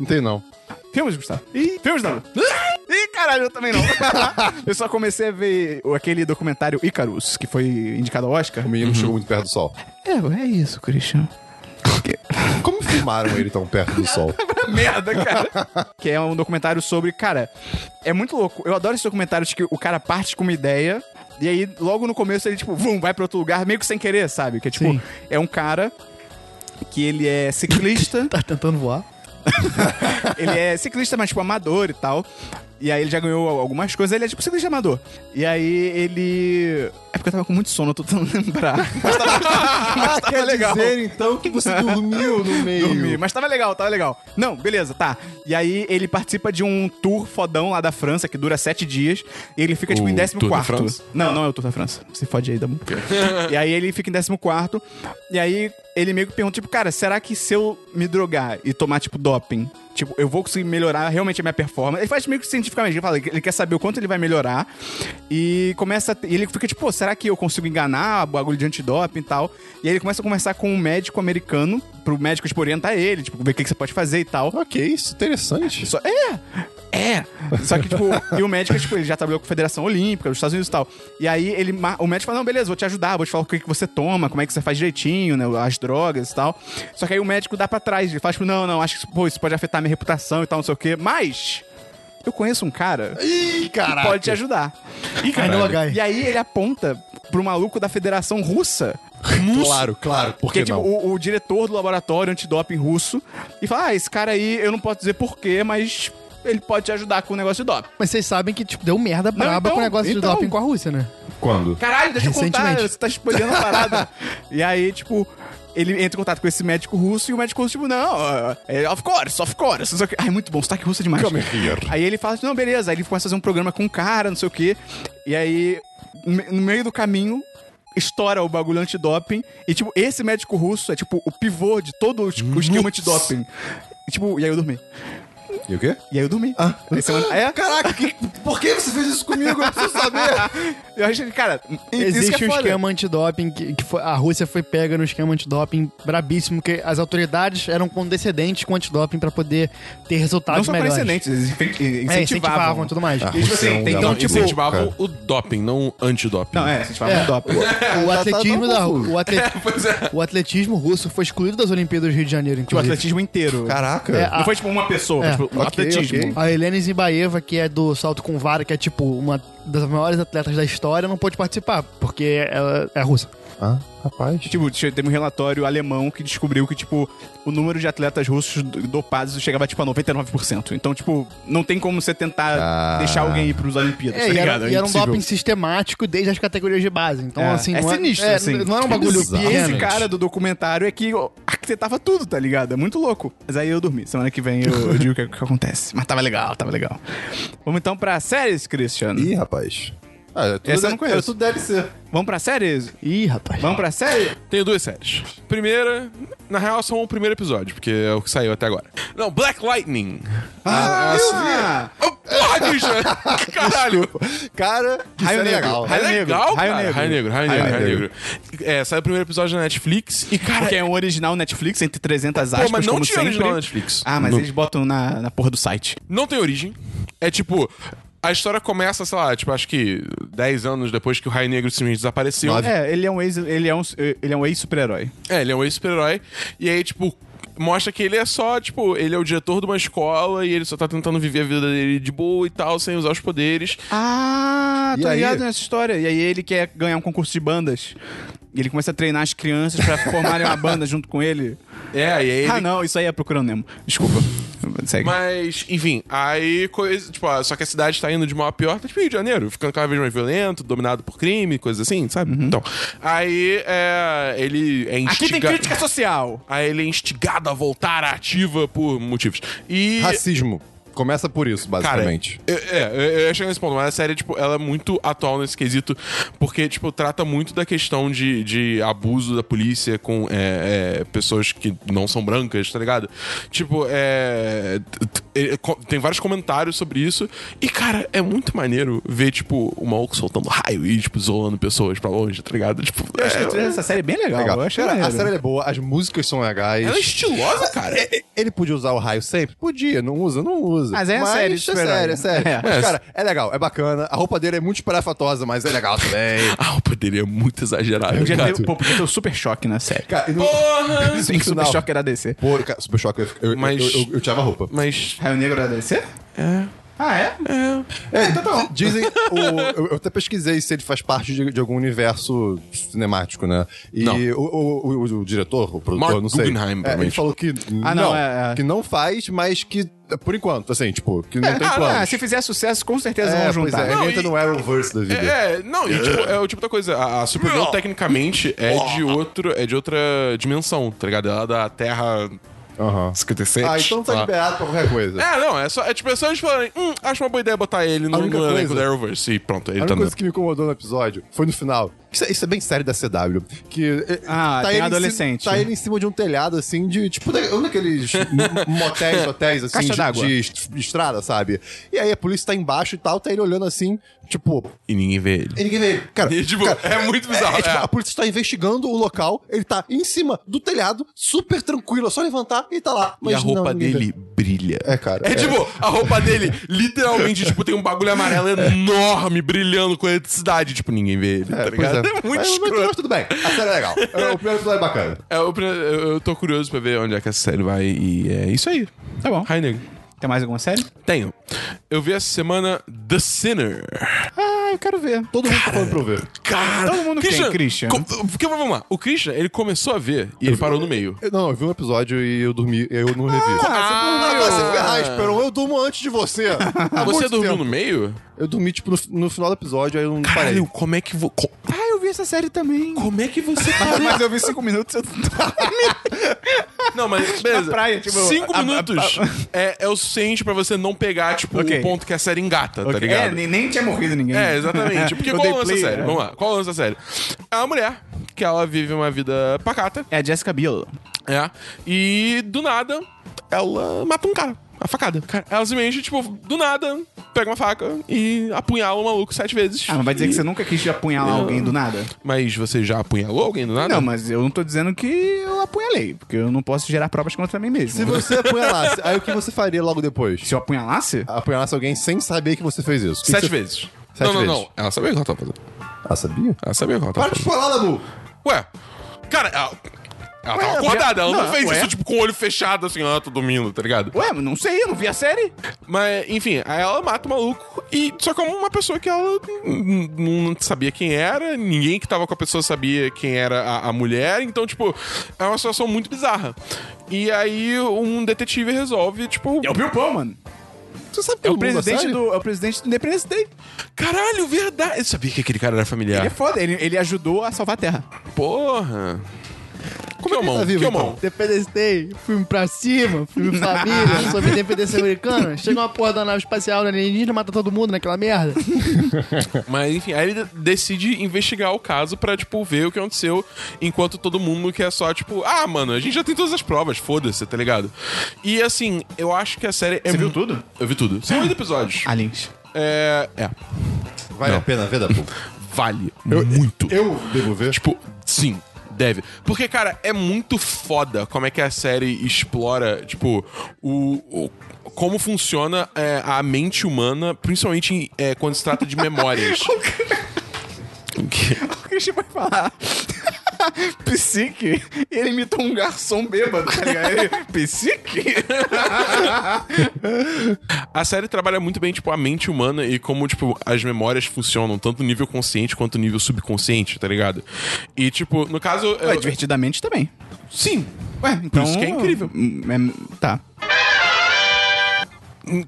S5: Não tem, não.
S2: Filmes, Gustavo. Ih, filmes não. Ih, caralho, eu também não. eu só comecei a ver o- aquele documentário Icarus, que foi indicado ao Oscar.
S5: O menino chegou muito perto do sol.
S2: É, é isso, Christian.
S5: Como filmaram ele tão perto do sol?
S2: Merda, cara. que é um documentário sobre. Cara, é muito louco. Eu adoro esses documentários que o cara parte com uma ideia. E aí, logo no começo, ele, tipo, vum, vai pra outro lugar, meio que sem querer, sabe? Que é tipo,
S1: Sim.
S2: é um cara que ele é ciclista.
S1: Tá tentando voar.
S2: ele é ciclista, mas tipo amador e tal. E aí ele já ganhou algumas coisas, ele é tipo ciclista amador. E aí ele. É porque eu tava com muito sono, eu tô tentando lembrar. Mas tava, mas tava
S5: Quer
S2: legal.
S5: dizer, então, que você É dormiu no meio.
S2: Dormi, mas tava legal, tava legal. Não, beleza, tá. E aí ele participa de um tour fodão lá da França, que dura sete dias, e ele fica, tipo,
S4: O
S2: em
S4: Tour da
S2: 14.
S4: França?
S2: Não, não é o Tour da França. Se fode aí, Dabu. e aí ele fica em 14, e aí ele meio que pergunta, tipo, cara, será que se eu me drogar e tomar, tipo, doping, tipo, eu vou conseguir melhorar realmente a minha performance? Ele faz meio que cientificamente, ele fala, que ele quer saber o quanto ele vai melhorar, e começa, a- e ele fica, tipo, pô, será que eu consigo enganar o bagulho de antidoping e tal? E aí ele começa a conversar com um médico americano, pro médico, tipo, orientar ele, tipo, ver o que, que você pode fazer e tal.
S5: Ok, isso é interessante.
S2: Só- é! É! Só que, tipo, e o médico, tipo, ele já trabalhou com a Federação Olímpica dos Estados Unidos e tal. E aí ele, ma- o médico fala, não, beleza, vou te ajudar, vou te falar o que, que você toma, como é que você faz direitinho, né, as drogas e tal. Só que aí o médico dá pra trás, ele fala, tipo, não, não, acho que pô, isso pode afetar minha reputação e tal, não sei o quê. Mas, eu conheço um cara
S5: Ih,
S2: que
S5: caraca.
S2: pode te ajudar.
S4: Ih, caralho.
S5: É.
S2: E aí ele aponta pro maluco da Federação Russa
S5: Claro, claro, por
S2: que
S5: que
S2: é, tipo,
S5: não?
S2: o, o diretor do laboratório antidoping russo e fala: Ah, esse cara aí, eu não posso dizer porquê, mas ele pode te ajudar com o negócio de doping.
S1: Mas vocês sabem que tipo, deu merda braba
S2: então,
S1: com o negócio
S2: então.
S1: de doping com a Rússia, né?
S3: Quando?
S2: Caralho, deixa eu contar,
S1: Recentemente.
S2: você tá espalhando a parada. e aí, tipo. Ele entra em contato com esse médico russo e o médico russo, tipo, não, é, of course, of course. Não sei o quê. Ai, muito bom, sotaque russo é demais.
S3: Come here.
S2: Aí ele fala assim, não, beleza. Aí ele começa a fazer um programa com um cara, não sei o quê. E aí, me- no meio do caminho, estoura o bagulho antidoping. E, tipo, esse médico russo é, tipo, o pivô de todo o es- o esquema antidoping. E, tipo, e aí eu dormi.
S5: E o quê?
S2: E aí eu dormi. Ah. semana... é,
S5: Caraca, que- tipo, por que você fez isso comigo? Eu preciso saber.
S2: eu acho que, cara, isso
S1: Existe
S2: que é
S1: um
S2: foda.
S1: esquema antidoping que, que foi, a Rússia foi pega no esquema antidoping brabíssimo, que as autoridades eram condescendentes com o antidoping pra poder ter
S2: Não
S1: resultados
S2: só
S1: melhores.
S2: precedentes, eles infe-
S1: É,
S2: incentivavam.
S1: incentivavam e tudo mais.
S2: E, tipo assim,
S5: Isso é um
S2: tem-
S5: lugar
S2: então,
S4: Não,
S5: muito
S2: tipo...
S5: incentivo.
S4: incentivavam o doping, não o antidoping.
S2: Não, é, incentivavam o doping.
S1: O atletismo da
S5: confuso.
S1: o, atle-
S4: Pois é.
S1: o atletismo russo foi excluído das Olimpíadas do Rio de Janeiro,
S2: Tipo, o
S1: inclusive.
S2: atletismo inteiro.
S5: Caraca.
S1: É, a-
S2: Não foi, tipo, uma pessoa,
S1: É.
S2: foi, tipo,
S5: Ok,
S2: atletismo.
S5: ok.
S1: A Helene Zimbaeva, que é do salto com vara, que é tipo uma das maiores atletas da história não pôde participar, porque ela é russa.
S5: Ah, rapaz.
S2: Tipo, che- teve um relatório alemão que descobriu que, tipo, o número de atletas russos do- dopados chegava, tipo, a 99%. Então, tipo, não tem como você tentar
S5: Ah.
S2: deixar alguém ir pros Olimpíadas,
S1: É,
S2: tá
S1: e
S2: ligado?
S1: era,
S2: É
S1: e era um
S2: impossível.
S1: doping sistemático desde as categorias de base. Então,
S2: É,
S1: assim.
S2: é
S1: não
S2: sinistro,
S1: é,
S2: assim.
S1: Não era um bagulho
S5: Bizarro.
S2: E esse
S1: pequeno.
S2: cara do documentário é que ó, arquitetava tudo, tá ligado? É muito louco. Mas aí eu dormi. Semana que vem eu, eu digo o que, o que acontece. Mas tava legal, tava legal. Vamos então pra séries, Christian.
S5: Ih, rapaz.
S3: Ah, tudo
S2: Essa eu
S3: é-
S2: não conheço.
S5: Isso deve ser.
S2: Vamos pra séries?
S1: Ih, rapaz.
S2: Vamos pra série?
S4: Tenho duas séries. Primeira, na real, só o primeiro episódio, porque é o que saiu até agora. Não, Black Lightning.
S2: Ah, eu
S4: Oh, porra, bicho! Caralho!
S5: Cara, que
S2: Raio
S5: série
S2: Negro.
S5: legal.
S4: É
S2: Raio
S4: legal,
S2: Raio
S4: cara.
S2: Negro.
S4: Raio Negro, Raio Negro, Raio Negro. É, saiu o primeiro episódio na Netflix e, cara...
S2: Porque é um original Netflix, entre 300 aspas,
S4: Pô, mas não
S2: como
S4: tinha
S2: sempre.
S4: original na Netflix.
S2: Ah, mas
S4: No-
S2: eles botam na, na porra do site.
S4: Não tem origem. É tipo... A história começa, sei lá, tipo, acho que 10 anos depois que o Raio Negro simplesmente desapareceu.
S2: É, ele é um ex, ele é um, ele é um ex-super-herói.
S4: É, ele é um ex-super-herói. E aí, tipo, mostra que ele é só, tipo, ele é o diretor de uma escola e ele só tá tentando viver a vida dele de boa e tal, sem usar os poderes.
S2: Ah,
S5: E
S2: tô
S5: aí?
S2: ligado nessa história. E aí ele quer ganhar um concurso de bandas. E ele começa a treinar as crianças pra formarem uma banda junto com ele.
S4: É, e aí ele.
S2: Ah, não, isso aí é procurando Nemo. Desculpa. Segue.
S4: Mas, enfim, aí coisa. Tipo, ó, só que a cidade tá indo de mal a pior, tá tipo Rio de Janeiro, ficando cada vez mais violento, dominado por crime, coisa assim, sabe? Então. Aí é, ele é
S2: Uhum. Aqui tem
S4: instigado.
S2: crítica social.
S4: Aí ele é instigado a voltar à ativa por motivos. E.
S5: Racismo. Começa por isso, basicamente.
S4: Eu- É, eu- eu achei nesse ponto, mas a série, tipo, ela é muito atual nesse quesito, porque, tipo, trata muito da questão de, de abuso da polícia com é, é, pessoas que não são brancas, tá ligado? Tipo, é. t- t- é, co- Tem vários comentários sobre isso. E, cara, é muito maneiro ver, tipo, o maluco soltando raio e, tipo, zoando pessoas pra longe, tá ligado? Tipo,
S2: Eu achei
S4: é,
S2: essa série bem legal.
S5: Legal.
S2: Eu achei
S5: Cara, a
S2: maneiro.
S5: série é boa, as músicas são legais.
S4: ela é estilosa, cara.
S5: É, é, Ele podia usar o raio sempre? Podia, não usa, não usa.
S2: Mas é sério,
S5: é
S2: super-herói.
S5: sério, é sério.
S2: É.
S5: Mas, cara, é legal, é bacana. A roupa dele é muito espalhafatosa, mas é legal também.
S4: A roupa dele é muito exagerada,
S2: Podia
S4: cara.
S2: ter, pô, podia ter o super choque na série.
S5: cara, e no...
S4: Porra!
S2: Sim, que super
S5: Não.
S2: choque era DC.
S5: Pô, cara, super choque, eu, eu,
S4: Mas-
S5: eu, eu, eu tirava a roupa.
S4: Mas.
S2: Raio Negro era DC?
S4: É.
S2: Ah, é?
S5: É, Dizem, o- eu, eu até pesquisei se ele faz parte de, de algum universo cinemático, né? E
S4: Não.
S5: o, o- o- o diretor, o produtor,
S4: Mark
S5: não sei.
S4: Guggenheim,
S5: é, ele
S4: provavelmente.
S5: falou que
S2: Ah, não,
S5: não,
S2: é, é.
S5: que não faz, mas que é, por enquanto, assim, tipo, que não tem
S2: Ah,
S5: plano.
S2: não, se fizer sucesso, com certeza
S5: é,
S2: vão
S5: pois
S2: juntar.
S5: é, ele
S4: Não,
S5: entra
S4: e-
S5: no Arrowverse da vida.
S4: É, não, e tipo, é o tipo da coisa. A, a Supergirl, tecnicamente, é de, outro, é de outra dimensão, tá ligado? Ela é da Terra
S5: Aham.
S4: 57.
S5: Ah, então tá
S4: sei lá.
S5: liberado pra qualquer coisa.
S4: É, não, é só. É tipo, é só eles falarem, hum, acho uma boa ideia botar ele no,
S5: A única
S4: no elenco
S5: coisa-
S4: da Arrowverse e pronto,
S5: A
S4: ele tá
S5: única
S4: no.
S5: coisa que me incomodou no episódio foi no final. Isso, é- isso é bem sério da CW. Que, é,
S2: Ah, tem
S5: ele em cima-
S2: adolescente.
S5: tá ele em cima de um telhado, assim, de tipo, da- um daqueles m- motéis, hotéis, assim,
S2: Caixa
S5: de,
S2: d'água.
S5: de est- estrada, sabe? E aí a polícia tá embaixo e tal, tá ele olhando assim, tipo,
S4: E ninguém vê ele.
S5: e ninguém vê ele. Cara,
S4: E, tipo,
S5: cara,
S4: é muito
S5: é,
S4: bizarro.
S5: é, tipo,
S4: é.
S5: a polícia tá investigando o local, ele tá em cima do telhado, super tranquilo, é só levantar e tá lá. Mas
S4: E a roupa
S5: não, ninguém vê.
S4: dele brilha.
S5: É, cara.
S4: É, tipo, a roupa dele, literalmente, tipo, tem um bagulho amarelo enorme brilhando com eletricidade. Tipo, ninguém vê ele, tá
S5: É. É, pois é.
S4: ligado? É, muito
S5: Mas- mas,
S4: escroto.
S5: mas tudo bem, a série é legal. É, O primeiro episódio é bacana.
S4: É, eu, eu eu tô curioso pra ver onde é que essa série vai e é isso aí.
S2: Tá bom.
S4: Heineken.
S2: Tem mais alguma série?
S4: Tenho. Eu vi essa semana The Sinner.
S2: Ah, eu quero ver.
S5: Todo mundo tá falando pra eu ver.
S4: Cara,
S2: Todo mundo tem Christian.
S4: co- Porque vamos lá. O Christian, ele começou a ver e ele parou no meio.
S5: Eu- Não, eu vi um episódio e eu dormi, eu não revi.
S4: Ah,
S5: Ah, vai se ferrar, Esperon, eu durmo antes de você.
S4: Ah,
S5: Há
S4: você
S5: muito
S4: dormiu
S5: tempo.
S4: no meio?
S5: Eu dormi, tipo, no, no final do episódio, aí eu não parei.
S4: Caralho, como é que vo... co-
S2: Ah, eu vi essa série também.
S4: Como é que você
S2: Mas,
S4: parou?
S2: mas eu vi cinco minutos, eu
S4: Não, mas beleza.
S2: Na praia, tipo,
S4: Cinco
S2: a- a-
S4: minutos é, é o suficiente pra você não pegar, tipo,
S2: Ok.
S4: o ponto que a série engata, tá ligado?
S2: É, nem, nem tinha morrido ninguém.
S4: É, exatamente. Porque qual é o lance da série?
S2: sério?
S4: Vamos lá. Qual é o lance da série? É uma mulher que ela vive uma vida pacata,
S2: É a Jessica Biel.
S4: é, e do nada ela mata um cara. A facada. Cara, Ela simplesmente, tipo, do nada, pega uma faca e apunhala o maluco sete vezes.
S2: Ah, mas vai dizer
S4: E-
S2: que você nunca quis apunhalar alguém do nada?
S4: Mas você já apunhalou alguém do nada?
S2: Não, mas eu não tô dizendo que eu apunhalei, porque eu não posso gerar provas contra mim mesmo.
S5: Se você apunhalasse, aí o que você faria logo depois?
S2: Se eu apunhalasse? alguém.
S5: Alguém sem saber que você fez isso. O que
S4: Sete
S5: que você-
S4: vezes.
S5: Sete
S4: não, não,
S5: vezes.
S4: não. Ela sabia o que ela tava fazendo.
S5: Ah, sabia?
S4: Ela sabia o que ela tava
S5: Para de
S4: fazendo.
S5: falar, Dabu!
S4: Ué, cara, ah, Ela
S2: Ué,
S4: tava
S2: ela-
S4: acordada, ela não,
S2: não,
S4: fez
S2: ué.
S4: isso, tipo, com o olho fechado, assim, ah, tô dormindo, tá ligado?
S2: Ué, mas não sei, eu não vi a série.
S4: Mas, enfim, aí ela mata o maluco e só como uma pessoa que ela n- n- não sabia quem era, ninguém que tava com a pessoa sabia quem era a, a mulher, então, tipo, é uma situação muito bizarra. E aí um detetive resolve, tipo,
S2: É o Bill Pullman.
S5: Você sabe
S2: É
S5: todo
S2: o,
S5: mundo da
S2: presidente
S5: série?
S2: do, é o presidente do Independence Day.
S4: caralho, verdade. Eu sabia que aquele cara era familiar.
S2: Ele é foda, ele, ele ajudou a salvar a Terra.
S4: Porra. Como é o mão?
S5: tá vivo,
S4: que é o
S5: então?
S4: mão?
S1: Independence Day, filme pra cima, filme família, sobre independência americana. Chega uma porra da nave espacial alienígena, mata todo mundo naquela merda.
S4: Mas enfim, aí ele de- decide investigar o caso pra, tipo, ver o que aconteceu, enquanto todo mundo quer só, tipo, ah, mano, a gente já tem todas as provas, foda-se, tá ligado? E assim, eu acho que a série é. Você
S2: viu tudo?
S4: Eu vi tudo. São oito episódios.
S2: Aliens.
S4: É. É.
S5: Ah. Vale a pena ver, Dabu?
S4: Vale muito.
S5: Eu devo ver.
S4: Tipo, sim, deve. Porque, cara, é muito foda como é que a série explora, tipo, o. o- como funciona é, a mente humana, principalmente em- é, quando se trata de memórias. O quê?
S2: O Christian vai falar. Psique, E ele imitou um garçom bêbado, tá ligado? Ele, Psique?
S4: A série trabalha muito bem, tipo, a mente humana e como, tipo, as memórias funcionam, tanto no nível consciente quanto no nível subconsciente, tá ligado? E, tipo, no caso.
S2: Ué,
S4: eu-
S2: divertidamente também.
S4: Sim.
S2: Ué, então.
S4: isso que é incrível.
S2: Hum, é- tá.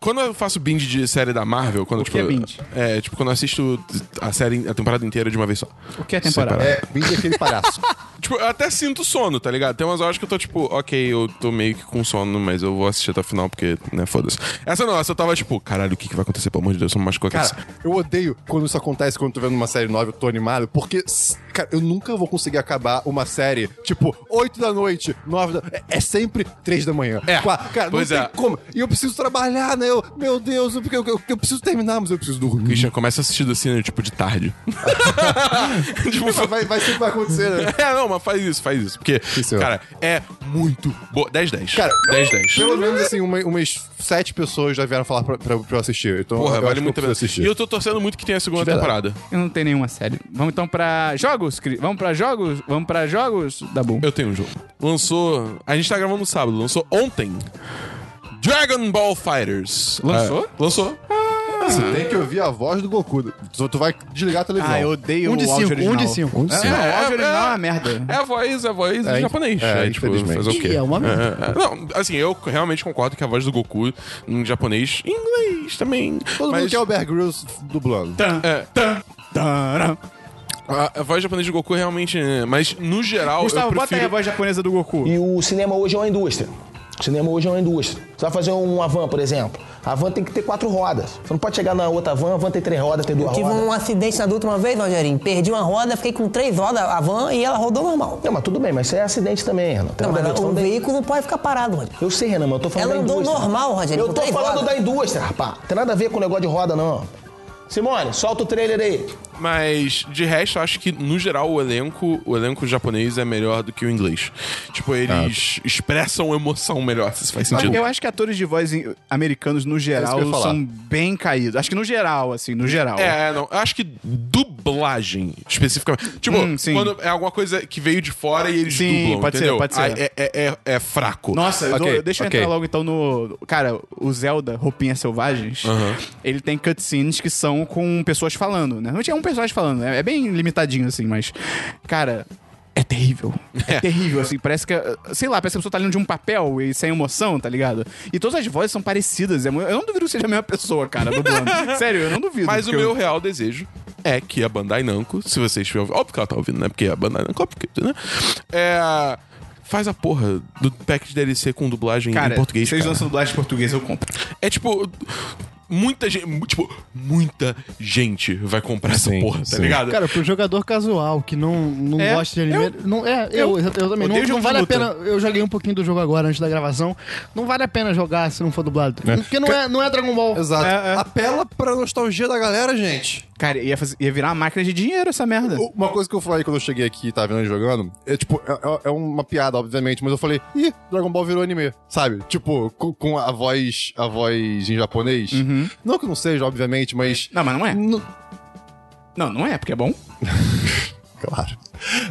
S4: Quando eu faço binge de série da Marvel, quando,
S2: que
S4: tipo.
S2: é binge?
S4: é, tipo, quando eu assisto a série, a temporada inteira de uma vez só.
S2: O que é temporada?
S5: É, vim aquele palhaço.
S4: Tipo, eu até sinto sono, tá ligado? Tem umas horas que eu tô tipo, ok, eu tô meio que com sono, mas eu vou assistir até o final, porque, né, foda-se. Essa não, essa eu tava tipo, caralho, o que, que vai acontecer? Pelo amor de Deus, eu me machucou aqui.
S5: Cara, eu odeio quando isso acontece quando eu tô vendo uma série nova, eu tô animado, porque, s- cara, eu nunca vou conseguir acabar uma série, tipo, 8 da noite, 9 da. É, é sempre 3 da manhã.
S4: É,
S5: Qua- Cara,
S4: pois
S5: não
S4: é.
S5: tem como. E eu preciso trabalhar, né? Eu, meu Deus, eu, porque eu, eu- eu preciso terminar, mas eu preciso dormir.
S4: Christian, começa a assistir do cinema, tipo, de tarde. tipo,
S5: Mas Vai, vai ser o que vai acontecer, né?
S4: É, não, mas faz isso, faz isso. Porque,
S5: Isso.
S4: cara, é muito boa. 10-10.
S5: Cara,
S4: 10-10.
S5: Pelo menos, assim, uma- umas sete pessoas já vieram falar pra, pra- pra eu assistir. Então,
S4: Porra,
S5: eu acho
S4: vale
S5: que
S4: muito a
S5: eu
S4: pena.
S5: preciso assistir.
S4: E eu tô torcendo muito que tenha a segunda
S5: De verdade.
S4: temporada.
S2: Eu não tenho nenhuma série. Vamos então pra jogos, Cris? Vamos pra jogos? Vamos pra jogos? Tá bom.
S4: Eu tenho um jogo. Lançou. A gente tá gravando no sábado, lançou ontem. Dragon Ball Fighters.
S2: Lançou?
S4: Ah, lançou.
S5: Você tem que ouvir a voz do Goku. Tu, tu vai desligar a televisão.
S2: Ah,
S4: Ah,
S2: odeio
S1: Um de cinco, um de cinco. Um de
S2: É,
S1: cinco.
S2: o áudio
S4: é,
S2: original é
S4: é.
S2: uma merda.
S4: É a voz, é a voz
S5: É,
S4: em japonês.
S5: é,
S4: Aí, tipo,
S5: infelizmente.
S4: fazer o quê?
S1: Ih, é uma merda.
S4: É, é. Não, assim, eu realmente concordo que a voz do Goku em japonês, em inglês também.
S5: Todo
S4: mas
S5: mundo quer o Bear Grylls dublando.
S4: É.
S2: Taran.
S4: a, a voz japonesa do Goku realmente. é, Mas no geral.
S2: Gustavo,
S4: eu
S2: bota aí a
S4: prefiro...
S2: voz japonesa do Goku.
S6: E o cinema hoje é uma indústria. O cinema hoje é uma indústria. Você vai fazer uma van, por exemplo. A van tem que ter quatro rodas. Você não pode chegar na outra van, a van tem três rodas, tem duas
S7: Tive
S6: rodas.
S7: um acidente na da última vez, Rogerinho. Perdi uma roda, fiquei com três rodas a van e ela rodou normal.
S6: Não, mas tudo bem, mas isso é acidente também, Renan. Tem
S7: Não,
S6: nada a
S7: mas
S6: ver, tô
S7: o
S6: falando da-
S7: veículo não pode ficar parado, Rogerinho.
S6: Eu sei, Renan, mas eu tô falando
S7: Ela
S6: da
S7: andou
S6: indústria.
S7: normal, Rogério,
S6: Então, Eu
S7: com
S6: tô
S7: três
S6: falando
S7: rodas.
S6: da indústria, rapaz. Tem nada a ver com o negócio de roda, não. Simone, solta o trailer aí.
S4: Mas de resto, eu acho que no geral o elenco, o elenco japonês é melhor do que o inglês. Tipo, eles
S2: Ah.
S4: expressam emoção melhor, se isso faz sentido.
S2: Tipo, Eu acho que atores de voz em- americanos, no
S5: É
S2: geral,
S5: isso que eu ia falar.
S2: são bem caídos. Acho que no geral, assim, no geral.
S4: É, é, não. Eu acho que dublagem, especificamente. Tipo,
S2: Hum, sim.
S4: quando é alguma coisa que veio de fora e eles
S2: Sim,
S4: dublam,
S2: pode ser,
S4: entendeu?
S2: pode ser.
S4: Aí É, é, é- é fraco.
S2: Nossa, eu
S5: Ok,
S2: dou- deixa eu
S5: ok.
S2: entrar logo então no. Cara, o Zelda, Roupinhas Selvagens, ele tem cutscenes que são com pessoas falando, né? Não tinha um personagem falando, né? É bem limitadinho assim, mas. Cara. É terrível. É terrível, assim. Parece que. Sei lá, parece que a pessoa tá lendo de um papel e sem emoção, tá ligado? E todas as vozes são parecidas. é mu- Eu não duvido que seja a mesma pessoa, cara, dublando. Sério, eu não duvido.
S4: Mas o
S2: porque eu-
S4: meu real desejo é que a Bandai Namco, se você estiver ouvindo, óbvio que ela tá ouvindo, né? Porque a Bandai Namco, óbvio que, né? É, faz a porra do pack de DLC com dublagem
S2: Cara,
S4: em português.
S2: vocês
S4: cara.
S2: lançam dublagem em português, eu compro.
S4: É tipo. Muita gente. Tipo, muita gente vai comprar essa
S3: Sim,
S4: porra, tá
S3: sim.
S4: ligado?
S1: Cara, pro jogador casual que não, não
S2: É,
S1: gosta de anime. não, é, eu, eu, também. Não,
S2: odeio jogo
S1: não
S2: de
S1: vale a
S2: luta.
S1: pena. Eu joguei um pouquinho do jogo agora antes da gravação. Não vale a pena jogar se não for dublado. Porque não é, não é Dragon Ball.
S5: Exato.
S2: É, é.
S5: Apela pra nostalgia da galera, gente.
S2: Cara, ia, fazer- ia virar uma máquina de dinheiro essa merda.
S5: Uma coisa que eu falei quando eu cheguei aqui e tava vendo ele jogando, é tipo, é, é uma piada, obviamente, mas eu falei, ih, Dragon Ball virou anime, sabe? Tipo, com, com a voz a voz em japonês.
S2: Uhum.
S5: Não que não seja, obviamente, mas.
S2: Não, mas não é.
S5: Não-
S2: Não, não é, porque é bom.
S5: Claro.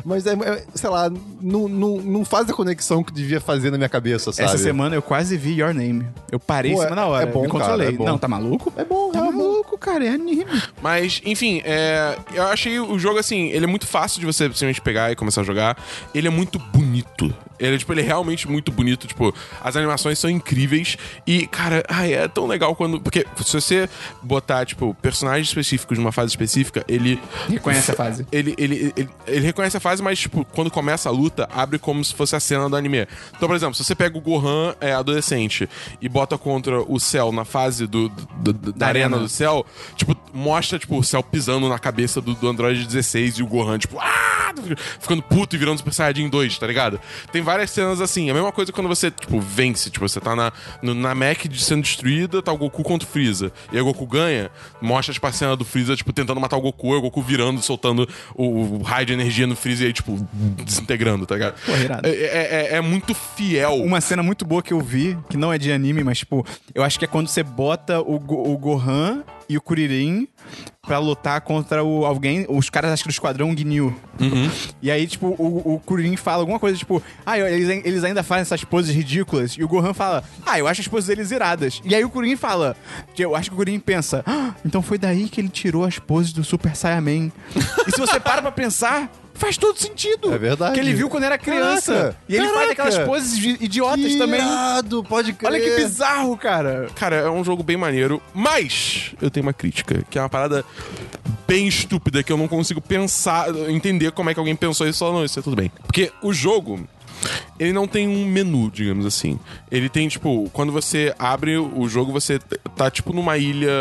S5: Mas, é, é, sei lá, não, não, não faz a conexão que devia fazer na minha cabeça, sabe?
S2: Essa semana eu quase vi Your Name. Eu parei
S5: Pô,
S2: em
S5: é-
S2: cima da hora.
S5: é bom,
S2: me controlei.
S5: cara, é bom.
S2: Não, tá maluco?
S5: É bom,
S2: Tá
S5: é bom.
S2: maluco, cara. É anime.
S4: Mas, enfim, é, eu achei o jogo assim, ele é muito fácil de você simplesmente pegar e começar a jogar. Ele é muito bonito. Ele, é, tipo, ele é realmente muito bonito, tipo, as animações são incríveis e, cara, ai, é tão legal quando... Porque se você botar, tipo, personagens específicos numa fase específica, ele...
S2: Reconhece a fase.
S4: Ele, ele, ele, ele reconhece a fase, mas, tipo, quando começa a luta, abre como se fosse a cena do anime. Então, por exemplo, se você pega o Gohan é, adolescente e bota contra o Cell na fase do, do- do- da arena,
S2: arena.
S4: do Cell, tipo, mostra, tipo, o Cell pisando na cabeça do, do Android 16 e o Gohan, tipo, ah! Ficando puto e virando Super Saiyajin 2, tá ligado? Tem várias cenas assim. A mesma coisa quando você, tipo, vence. Tipo, você tá na, no- na Mac de sendo destruída, tá o Goku contra o Freeza. E aí o Goku ganha, mostra, tipo, a cena do Freeza, tipo, tentando matar o Goku, e o Goku virando, soltando o, o raio de energia no Freeza e aí, tipo, desintegrando, tá ligado?
S2: irado.
S4: É, é- é- é muito fiel.
S2: Uma cena muito boa que eu vi, que não é de anime, mas, tipo, eu acho que é quando você bota o, Go- o Gohan e o Kuririn pra lutar contra o alguém, os caras, acho que do Esquadrão Ginyu.
S5: Uhum.
S2: E aí, tipo, o, o Kuririn fala alguma coisa, tipo, ah, eu- eles, ai- eles ainda fazem essas poses ridículas. E o Gohan fala, ah, eu acho as poses deles iradas. E aí o Kuririn fala, eu acho que o Kuririn pensa, ah, então foi daí que ele tirou as poses do Super Saiyaman. e se você para pra pensar... Faz todo sentido.
S5: É verdade.
S2: Que ele viu quando era criança.
S5: Caraca,
S2: e ele faz
S5: caraca.
S2: aquelas poses vi- idiotas também.
S5: Irado, pode crer.
S2: Olha que bizarro, cara.
S4: Cara, é um jogo bem maneiro, mas eu tenho uma crítica, que é uma parada bem estúpida que eu não consigo pensar, entender como é que alguém pensou isso e falou, não, isso é tudo bem. Porque o jogo. Ele não tem um menu, digamos assim. Ele tem, tipo, quando você abre o jogo, você t- tá, tipo, numa ilha.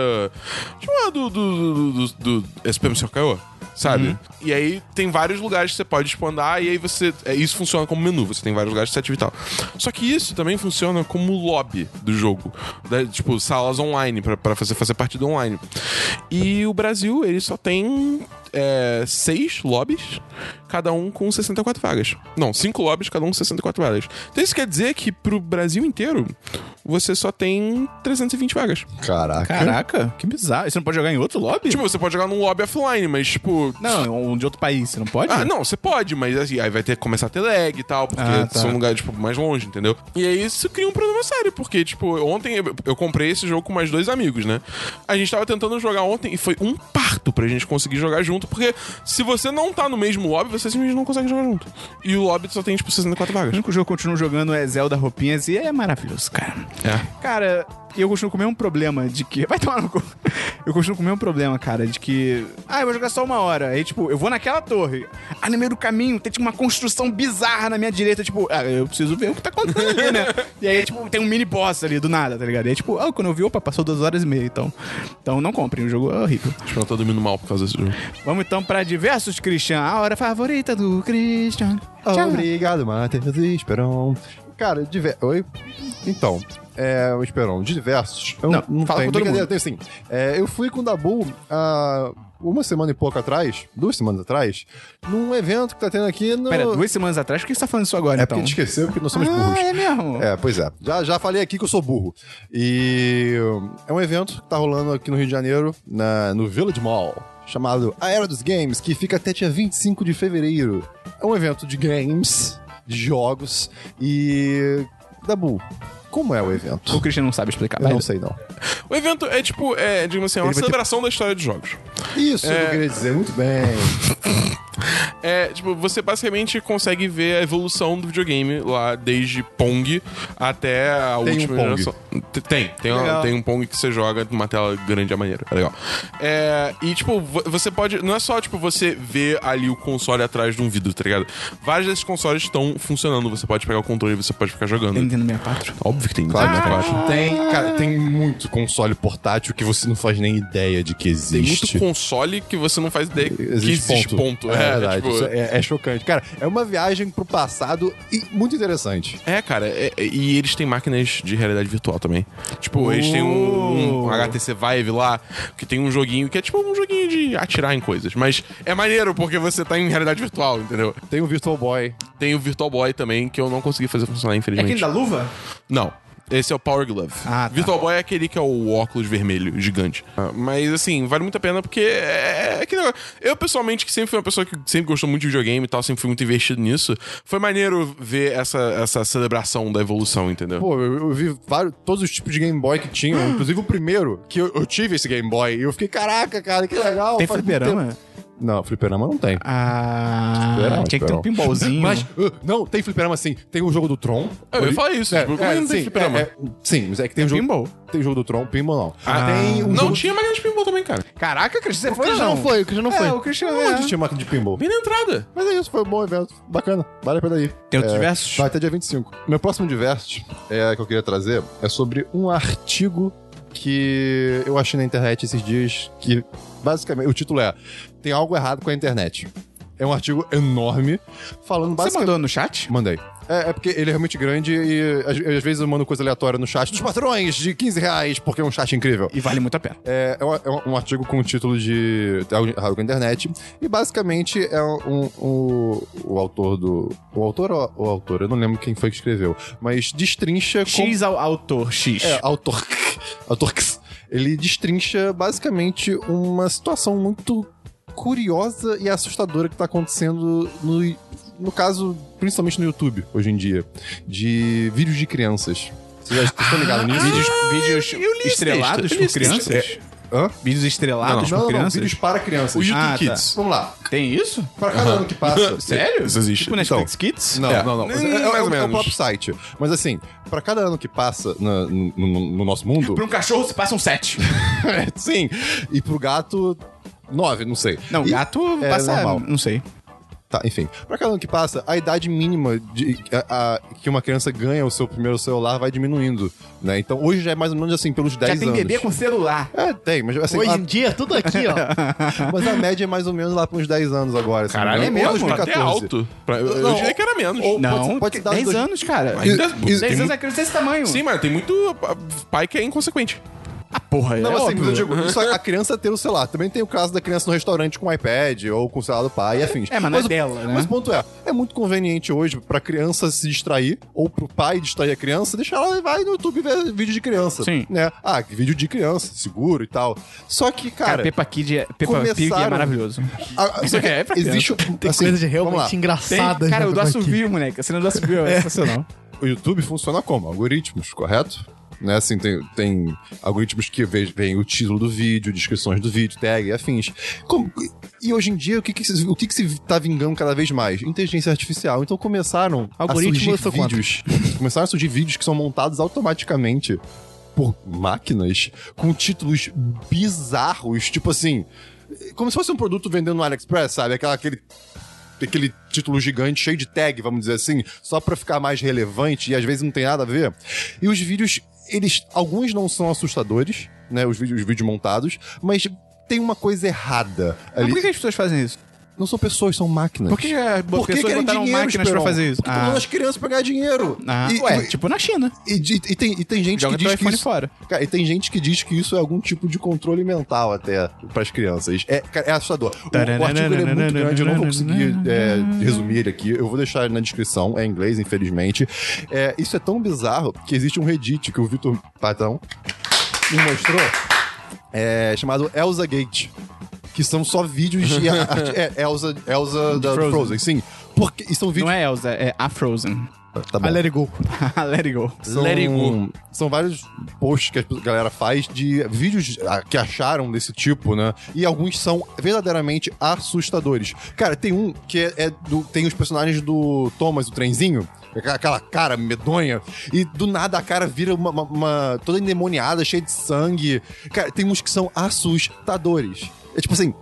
S4: Tipo, a do. do. do. do. do SPM Sorocaiô, sabe? E aí tem vários lugares que você pode, tipo, andar, e aí você. é, Isso funciona como menu, você tem vários lugares que você ativa e tal. Só que isso também funciona como lobby do jogo. da- tipo, salas online, pra, pra você fazer partida online. E o Brasil, ele só tem é, seis lobbies, cada um com 64 vagas. Não, cinco lobbies, cada um com 64 vagas. Então isso quer dizer que pro Brasil inteiro, você só tem 320 vagas.
S5: Caraca.
S2: Caraca, que bizarro. Você não pode jogar em outro lobby?
S4: Tipo, você pode jogar num lobby offline, mas tipo...
S2: não, um de outro país, você não pode?
S4: Ah, não, você pode, mas assim, aí vai ter que começar a ter lag e tal, porque
S2: Ah, tá.
S4: são lugares, tipo, mais longe, entendeu? E aí isso cria um problema sério, porque, tipo, ontem eu, eu comprei esse jogo com mais dois amigos, né? A gente tava tentando jogar ontem e foi um parto pra gente conseguir jogar junto, porque se você não tá no mesmo lobby, você simplesmente não consegue jogar junto. E o lobby só tem, tipo, 64
S2: O
S4: vagas.
S2: único jogo que eu continuo jogando é Zelda Roupinhas e é maravilhoso, cara.
S4: É.
S2: Cara, eu continuo com o mesmo problema de que. Vai tomar no cu. Eu continuo com o mesmo problema, cara, de que. Ah, eu vou jogar só uma hora. Aí, tipo, eu vou naquela torre. Ah, no meio do caminho tem, tipo, uma construção bizarra na minha direita. Tipo, ah, eu preciso ver o que tá acontecendo ali, né? E aí, tipo, tem um mini boss ali do nada, tá ligado? E aí, tipo, ah, quando eu vi, opa, passou duas horas e meia. Então, então não comprem, o jogo é horrível.
S4: Tipo, eu tô dormindo mal por causa desse jogo.
S2: Vamos então pra diversos Christian, a hora favorita do Christian. Tchau.
S5: Ah, Obrigado, Matheus e Esperon. Cara, diver... Oi? Então, é, o Esperon, diversos. Eu
S2: Não, fala
S5: tenho,
S2: com todo
S5: brincadeira, Eu tenho sim. É, eu fui com o Dabu há uma semana e pouco atrás, duas semanas atrás, num evento que tá tendo aqui no...
S2: Pera, duas semanas atrás, por que você tá falando isso agora,
S5: É
S2: então?
S5: porque a gente esqueceu que nós somos burros.
S2: ah, é mesmo?
S5: É, pois é. Já, já falei aqui que eu sou burro. E hum, é um evento que tá rolando aqui no Rio de Janeiro, na, no Village Mall, chamado A Era dos Games, que fica até dia 25 de fevereiro. É um evento de games, de jogos e. Dabu, como é o evento?
S2: O Christian não sabe explicar.
S5: Eu
S2: vai.
S5: não sei, não.
S4: O evento é, tipo, é, digamos assim, é uma
S5: Ele vai ter-
S4: celebração da história dos jogos.
S5: Isso
S3: É.
S5: eu queria dizer, muito bem.
S4: É, tipo, você basicamente consegue ver a evolução do videogame lá, desde Pong até
S5: Tem
S4: a
S5: um
S4: última
S5: Pong.
S4: geração. T- Tem, tem, uma-
S2: Legal.
S4: tem um Pong que você joga numa tela grande à maneira. É legal. É, e, tipo, vo- você pode. Não é só, tipo, você ver ali o console atrás de um vidro, tá ligado? Vários desses consoles estão funcionando. Você pode pegar o controle e você pode ficar jogando.
S2: Nintendo 64.
S4: Óbvio que tem
S5: Claro que
S4: né,
S5: tem.
S2: Ah.
S4: cara?
S5: Tem, cara,
S3: Tem muito console portátil que você não faz nem ideia de que
S4: Tem muito
S3: existe.
S4: console que você não faz ideia que existe ponto.
S5: É, verdade.
S4: tipo,
S5: isso é- é chocante. Cara, é uma viagem pro passado e muito interessante.
S4: É, cara, é- é- e eles têm máquinas de realidade virtual também. Tipo, eles têm
S2: Uh.
S4: um, um HTC Vive lá, que tem um joguinho que é tipo um joguinho de atirar em coisas. Mas é maneiro porque você tá em realidade virtual, entendeu?
S5: Tem o Virtual Boy.
S4: Tem o Virtual Boy também, que eu não consegui fazer funcionar,
S2: É aquele
S4: infelizmente.
S2: da luva?
S4: Não. Esse é o Power Glove.
S2: Ah, tá.
S4: Virtual Boy é aquele que é o óculos vermelho gigante. Ah, Mas, assim, vale muito a pena porque é é que negócio. Eu, pessoalmente, que sempre fui uma pessoa que sempre gostou muito de videogame e tal, sempre fui muito investido nisso, foi maneiro ver essa, essa celebração da evolução, entendeu?
S5: Pô, eu, eu vi vários, todos os tipos de Game Boy que tinham, inclusive o primeiro, que eu, eu tive esse Game Boy. E eu fiquei, caraca, cara, que legal.
S2: Tem
S5: faz muito
S2: fliperama?
S5: tempo. Não, fliperama não tem.
S2: Ah,
S5: Esperava,
S2: tinha que ter um
S5: esperava.
S2: pinballzinho.
S5: Mas, uh, não, tem fliperama sim. Tem o jogo do Tron.
S4: Eu ia falar isso,
S5: É,
S4: tipo, como
S5: é,
S4: é que não tem
S5: sim,
S4: fliperama?
S5: é, é, sim, mas é que tem o jogo.
S2: pinball.
S5: Tem o jogo do Tron, pinball não.
S2: Ah.
S5: Tem um
S4: Não
S5: jogo
S4: tinha máquina de pinball também, cara.
S2: Caraca, Cristian, você foi
S1: Christian não foi, o Christian não foi.
S2: É, o Christian é.
S5: Onde tinha máquina de pinball?
S4: Bem na entrada.
S5: Mas é isso, foi um bom evento. Bacana, vale a pena ir.
S2: Tem outros
S5: é,
S2: diversos?
S5: Vai até dia 25. Meu próximo diverso é, que eu queria trazer é sobre um artigo que eu achei na internet esses dias que, basicamente, o título é Tem algo errado com a internet. É um artigo enorme falando
S2: Você
S5: basicamente...
S2: mandou no chat?
S5: Mandei. É, é porque ele é realmente grande e às, às vezes eu mando coisa aleatória no chat dos patrões de 15 reais, porque é um chat incrível.
S2: E vale muito a pena.
S5: É, é um, é um- um artigo com o título de Rádio com a Internet. E basicamente é um, um- o autor do. O autor ou o autor? Eu não lembro quem foi que escreveu. Mas destrincha. com-
S2: X ao autor X. Tipo,
S5: é, autor. autor. Ele destrincha basicamente uma situação muito curiosa e assustadora que tá acontecendo no. No caso, principalmente no YouTube, hoje em dia, de vídeos de crianças. Vocês já estão ligados nisso?
S2: Vídeos, vídeos
S4: esse
S2: estrelados
S4: texto. Eu li
S2: por
S4: esse
S2: crianças?
S5: Hã?
S2: Vídeos estrelados
S5: É. Não,
S2: por
S5: não, não,
S2: crianças?
S5: vídeos para crianças.
S4: O YouTube
S2: Ah, tá.
S4: Kids.
S5: Vamos lá.
S2: Tem isso?
S5: Pra cada ano que passa.
S2: Sério?
S4: Isso existe.
S2: Tipo Netflix Kids?
S5: então. Não,
S4: É.
S5: não, não.
S4: Hum,
S5: É, é- é
S4: mais ou
S5: o- é o
S4: menos.
S5: próprio site. Mas assim, pra cada ano que passa na- no, no- no nosso mundo. é,
S2: Pra um cachorro se passa um 7.
S5: sim. E pro gato, nove, não sei.
S2: Não,
S5: E-
S2: gato
S5: é
S2: passa...
S5: normal.
S2: Não sei.
S5: Tá, enfim. Pra cada ano que passa, a idade mínima de, a- a- que uma criança ganha o seu primeiro celular vai diminuindo. Né? Então hoje já é mais ou menos assim, pelos 10
S2: Já
S5: anos.
S2: tem bebê com celular.
S5: É, tem, mas assim,
S1: Hoje
S5: a-
S1: em dia, é tudo aqui,
S2: Assim,
S1: ó.
S5: mas a média é mais ou menos lá pros 10 anos agora. assim, né? se não me
S4: Caralho,
S2: é
S5: engano. Ou
S2: mesmo?
S4: Tá até
S5: 2014.
S4: alto. Pra- eu, eu
S5: Não,
S4: diria que era menos.
S5: ou-
S2: Não,
S5: pode- pode dar
S2: 10
S5: dois-
S2: anos, cara.
S4: Mas-
S2: 10
S4: tem
S2: anos
S4: muito-
S2: a criança desse tamanho.
S4: Sim, mano, tem muito ah, pai que é inconsequente.
S2: Ah, porra,
S5: Não,
S2: é
S5: assim,
S2: óbvio.
S5: eu digo, isso a criança ter o celular. Também tem o caso da criança no restaurante com o iPad ou com o celular do pai e afins.
S2: É, mas não é
S5: o-
S2: dela, né?
S5: Mas o ponto é, é muito conveniente hoje pra criança se distrair ou pro pai distrair a criança, deixar ela vai no YouTube ver vídeo de criança.
S2: Sim.
S5: Né? Ah, vídeo de criança, seguro e tal. Só que,
S2: Cara,
S5: cara...
S2: Peppa Kid é, Peppa Pig é
S5: começaram-
S2: maravilhoso.
S5: a- a- só que
S2: É, pra criança.
S5: existe...
S1: Tem
S5: assim,
S1: coisa de
S5: vamos lá.
S1: realmente
S2: Tem,
S1: engraçada.
S2: cara,
S1: né,
S2: o do
S1: aqui.
S2: assovio, moleque. A cena do assovio é sensacional.
S5: o YouTube funciona como? Algoritmos, correto? Né, assim, tem, tem algoritmos que ve- veem o título do vídeo, descrições do vídeo, tag e afins. Como- e hoje em dia, o que, que, se, o que, que se tá vingando cada vez mais? Inteligência artificial. Então começaram
S1: Algoritmo,
S5: a
S1: eu
S5: surgir
S1: sou contra.
S5: vídeos. começaram a surgir vídeos que são montados automaticamente por máquinas com títulos bizarros, tipo assim. Como se fosse um produto vendendo no AliExpress, sabe? Aquela, aquele aquele título gigante, cheio de tag, vamos dizer assim, só pra ficar mais relevante e às vezes não tem nada a ver. E os vídeos, eles alguns não são assustadores, né, os vídeos, os vídeos montados, mas tem uma coisa errada
S2: Mas
S5: ali.
S2: por que que as pessoas fazem isso?
S5: Não são pessoas, são máquinas.
S2: Por que as
S5: Por que
S2: pessoas
S5: querem
S2: botaram
S5: dinheiro,
S2: máquinas pra
S5: Esperon?
S2: fazer isso?
S5: Porque estão mandando as crianças pra ganhar dinheiro.
S2: Ah,
S5: e,
S2: ué,
S5: e-
S2: tipo na China.
S5: e, di- e tem, e tem gente
S2: Joga
S5: que diz
S2: teu
S5: que
S2: iPhone
S5: isso,
S2: fora.
S5: Cara, e tem gente que diz que isso é algum tipo de controle mental até pras crianças. É, cara, é assustador. O, o artigo ele é muito grande, eu não vou conseguir é, resumir ele aqui. Eu vou deixar ele na descrição, é em inglês, infelizmente. É, isso é tão bizarro que existe um Reddit que o Vitor Patão me mostrou, é, chamado Elsa Gate. Que são só vídeos de arte- é, Elsa, Elsa da
S2: Frozen.
S5: Frozen. sim. Porque, e são
S2: Não
S5: vídeos.
S2: é Elsa, é a Frozen.
S5: Tá bom.
S1: A Let It Go.
S2: Let it go. É
S5: São, são vários posts que a galera faz de vídeos ah, que acharam desse tipo, né? E alguns são verdadeiramente assustadores. Cara, tem um que é, é do, tem os personagens do Thomas, o trenzinho. aquela- Aquela cara medonha. E do nada a cara vira uma, uma- uma- toda endemoniada, cheia de sangue. Cara, tem uns que são assustadores. É tipo assim,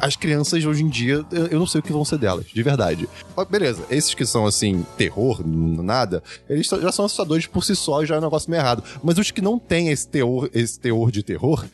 S5: as crianças hoje em dia, eu eu não sei o que vão ser delas, de verdade. Mas beleza, esses que são assim, terror, n- nada, eles só- já são assustadores por si só, já é um negócio meio errado. Mas os que não têm esse teor, esse teor de terror,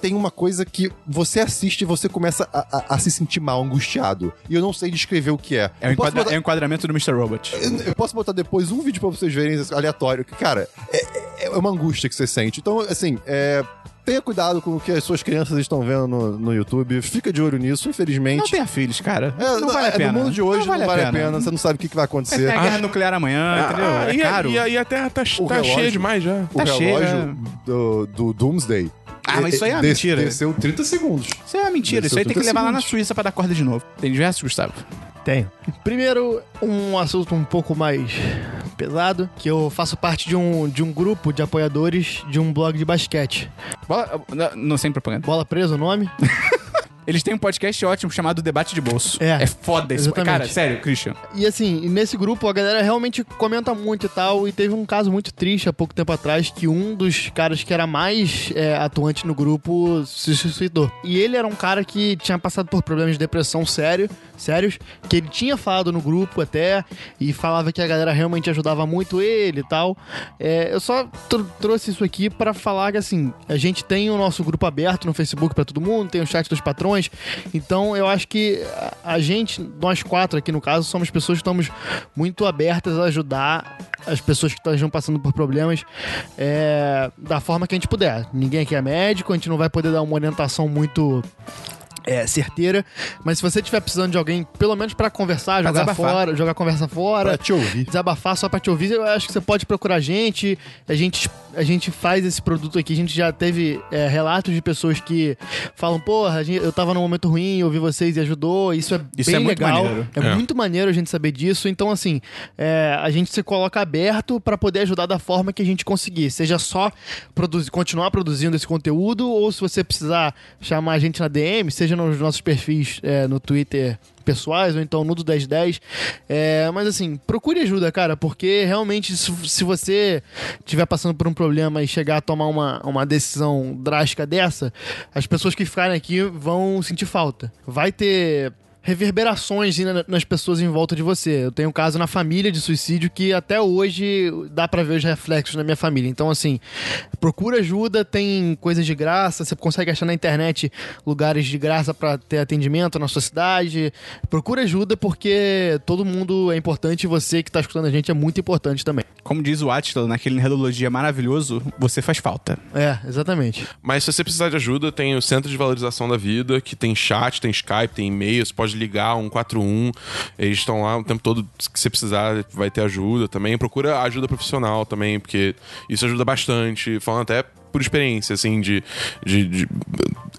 S5: tem uma coisa que você assiste e você começa a, a- a se sentir mal, angustiado. E eu não sei descrever o que é.
S2: É o
S5: Eu posso
S2: enquadra-
S5: botar-
S2: é o enquadramento do Mr. Robot.
S5: eu- Eu posso botar depois um vídeo pra vocês verem esse aleatório, que, cara, é, é- é uma angústia que você sente. Então, assim, é. Tenha cuidado com o que as suas crianças estão vendo no, no YouTube. Fica de olho nisso, infelizmente.
S2: Não tenha filhos, cara.
S5: É,
S2: não vale a É,
S5: é
S2: pena.
S5: do mundo de hoje, não vale, a, pena. Ah. Você não sabe o que, que vai
S2: Tem
S5: acontecer.
S2: a guerra nuclear amanhã, entendeu?
S4: Ah,
S2: é
S4: e, a-
S2: caro.
S4: e a, e a Terra tá,
S5: O
S4: tá
S5: relógio-
S4: cheia demais já.
S5: O
S2: Tá cheio,
S5: relógio
S2: né?
S5: do, do Doomsday.
S2: Ah, mas isso aí é uma
S5: des-
S2: mentira.
S5: Desceu 30 segundos.
S2: Isso é uma mentira.
S5: Desceu
S2: Isso aí tem que
S5: 30
S2: levar lá na Suíça pra dar corda de novo. Tem diversos, Gustavo.
S1: Tenho. Primeiro, um assunto um pouco mais pesado, que eu faço parte de um, de um grupo de apoiadores de um blog de basquete.
S2: Bola, não, não, sem propaganda.
S1: Bola presa o nome?
S2: Eles têm um podcast ótimo chamado Debate de Bolso.
S1: É.
S2: É foda esse
S1: Exatamente.
S2: Cara, sério, Christian.
S1: E assim, e nesse grupo a galera realmente comenta muito e tal. E teve um caso muito triste há pouco tempo atrás que um dos caras que era mais é, atuante no grupo se suicidou. E ele era um cara que tinha passado por problemas de depressão sério, sérios, que ele tinha falado no grupo até e falava que a galera realmente ajudava muito ele e tal. É, eu só tr- trouxe isso aqui pra falar que assim, a gente tem o nosso grupo aberto no Facebook pra todo mundo, tem o chat dos patrões. Então eu acho que a- a gente, nós quatro aqui no caso, somos pessoas que estamos muito abertas a ajudar as pessoas que estão passando por problemas é, da forma que a gente puder. Ninguém aqui é médico, a gente não vai poder dar uma orientação muito é, certeira, mas se você estiver precisando de alguém, pelo menos pra conversar,
S2: Pra
S1: jogar
S2: desabafar.
S1: fora, jogar conversa fora,
S5: Pra te ouvir.
S1: desabafar só pra te ouvir, eu acho que você pode procurar a gente. A gente, a gente faz esse produto aqui. A gente já teve é, relatos de pessoas que falam: porra, a gente- eu tava num momento ruim, eu ouvi vocês e ajudou. Isso é
S2: Isso
S1: bem
S2: é muito
S1: legal.
S2: maneiro.
S1: É,
S4: É.
S1: muito maneiro a gente saber disso. Então, assim, é, a gente se coloca aberto pra poder ajudar da forma que a gente conseguir. Seja só produzir, continuar produzindo esse conteúdo, ou se você precisar chamar a gente na DM, seja nos nossos perfis é, no Twitter pessoais, ou então no do 1010. É, mas assim, procure ajuda, cara, porque realmente se, se você estiver passando por um problema e chegar a tomar uma, uma decisão drástica dessa, as pessoas que ficarem aqui vão sentir falta. Vai ter reverberações né, na- nas pessoas em volta de você. Eu tenho um caso na família de suicídio que até hoje dá pra ver os reflexos na minha família. Então, assim, procura ajuda, tem coisas de graça, você consegue achar na internet lugares de graça pra ter atendimento na sua cidade. Procura ajuda porque todo mundo é importante e você que tá escutando a gente é muito importante também.
S2: Como diz o Atila naquele Redologia maravilhoso, você faz falta.
S1: É, exatamente.
S4: Mas se você precisar de ajuda, tem o Centro de Valorização da Vida, que tem chat, tem Skype, tem e-mail, você pode ligar 141. Eles estão lá o tempo todo, se você precisar, vai ter ajuda também. Procura ajuda profissional também, porque isso ajuda bastante. Falando até por experiência, assim, de, de, de,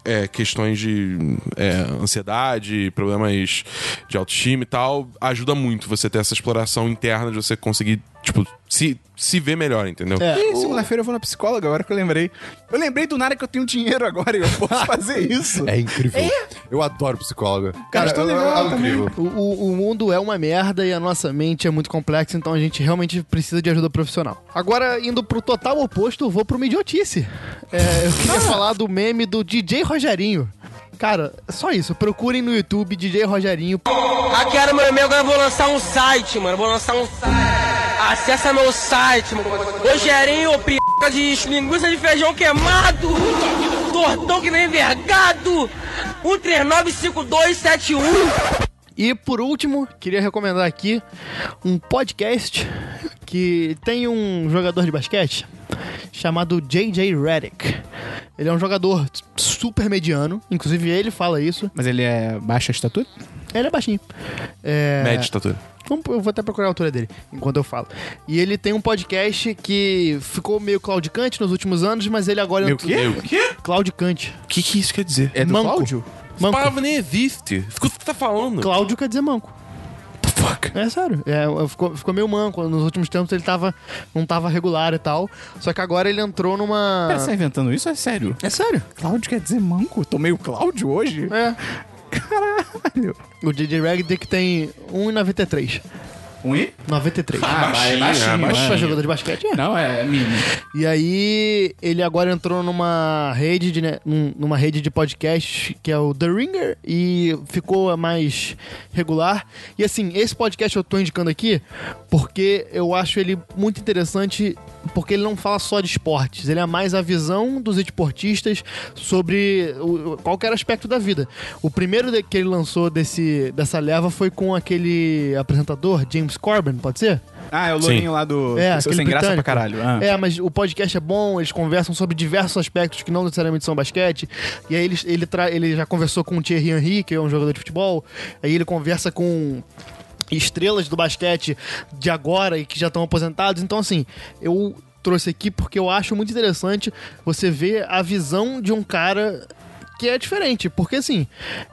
S4: é, questões de é, ansiedade, problemas de autoestima e tal. Ajuda muito você ter essa exploração interna de você conseguir, tipo, se, se ver melhor, entendeu?
S1: É.
S2: Ih, segunda-feira eu vou na psicóloga, agora que eu lembrei. Eu lembrei do nada que eu tenho dinheiro agora e eu posso fazer isso.
S5: É incrível. Eu adoro psicóloga.
S2: estou
S5: eu- eu-
S2: legal
S5: é
S2: também.
S5: incrível.
S1: O, o- o mundo é uma merda e a nossa mente é muito complexa, então a gente realmente precisa de ajuda profissional. Agora, indo pro total oposto, eu vou pro uma idiotice. É, eu queria falar do meme do DJ Rogerinho. Cara, só isso. Procurem no YouTube DJ Rogerinho.
S7: Hackearam meu e-mail, agora eu vou lançar um site, mano. Vou lançar um site. Acessa meu site, mano. Rogerinho, p*** de linguiça de feijão queimado. Tortão que nem envergado. 1395271.
S1: E por último, queria recomendar aqui um podcast que tem um jogador de basquete chamado JJ Redick. Ele é um jogador super mediano, inclusive ele fala isso.
S2: Mas ele é baixa estatura?
S1: Ele é baixinho. É...
S4: Média de estatura.
S1: Vamos- Eu vou até procurar a altura dele, enquanto eu falo. E ele tem um podcast que ficou meio claudicante nos últimos anos, mas ele agora... é
S2: Meio quê?
S4: O quê?
S1: Claudicante.
S4: O que, que isso quer dizer?
S2: É do
S1: Manco.
S2: Cláudio?
S1: Manco.
S4: palavra nem existe. Escuta o que tu tá falando.
S1: Cláudio quer dizer manco.
S2: Fuck.
S1: É sério. É, eu- ficou, ficou meio manco. Nos últimos tempos ele tava, não tava regular e tal. Só que agora ele entrou numa...
S2: Cara, você tá inventando isso? É sério?
S1: É sério.
S2: Cláudio quer dizer manco? Tô meio Cláudio hoje?
S1: É.
S2: Caralho.
S1: O DJ Ragdick tem 1,93.
S2: Um I?
S1: 93.
S2: Ah, baixinho, é,
S1: Mas pra
S2: baixinho.
S1: jogador de basquete é.
S2: Não, é mini.
S1: E aí, ele agora entrou numa rede de, né, num- numa rede de podcast que é o The Ringer e ficou mais regular. E assim, esse podcast eu tô indicando aqui porque eu acho ele muito interessante porque ele não fala só de esportes, ele é mais a visão dos esportistas sobre o- o- qualquer aspecto da vida. O primeiro de- que ele lançou desse, dessa leva foi com aquele apresentador, James James Corbin, pode ser?
S2: Ah, é o
S4: Sim.
S2: lourinho lá do.
S1: É,
S2: seu
S1: aquele
S2: sem graça pra
S1: britânico.
S2: caralho. Ah.
S1: É, mas o podcast é bom, eles conversam sobre diversos aspectos que não necessariamente são basquete. E aí ele, ele, tra- ele já conversou com o Thierry Henry, que é um jogador de futebol. Aí ele conversa com estrelas do basquete de agora e que já estão aposentados. Então, assim, eu trouxe aqui porque eu acho muito interessante você ver a visão de um cara que é diferente. Porque, assim,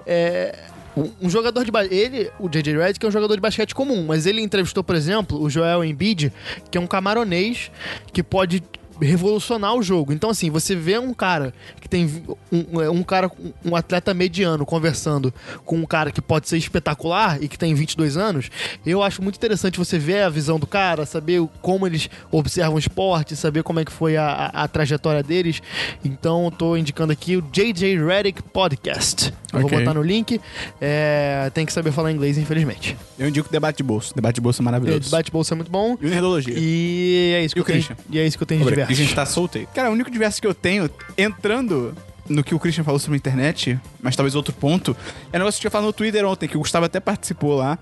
S1: é, um- Um jogador de basquete. Ele, o J.J. Redick, é um jogador de basquete comum, mas ele entrevistou, por exemplo, o Joel Embiid, que é um camaronês que pode revolucionar o jogo. Então, assim, você vê um cara que tem vi- um, um cara, um atleta mediano conversando com um cara que pode ser espetacular e que tem 22 anos, eu acho muito interessante você ver a visão do cara, saber o- como eles observam o esporte, saber como é que foi a, a- a trajetória deles. Então, eu tô indicando aqui o J.J. Redick Podcast. Eu vou
S2: Ok.
S1: botar no link. É, tem que saber falar inglês, infelizmente.
S2: Eu indico debate de bolso. Debate de bolso é
S1: O
S2: maravilhoso.
S1: debate bolsa é muito bom.
S2: E o Nerdologia.
S1: E é isso que
S2: E o
S1: eu tenho.
S2: Christian?
S1: E é isso que eu tenho de
S2: E a gente
S1: diverso.
S2: tá solteiro. Cara, o único diverso que eu tenho, entrando no que o Christian falou sobre a internet, mas talvez outro ponto, é um negócio que eu falei no Twitter ontem, que o Gustavo até participou lá.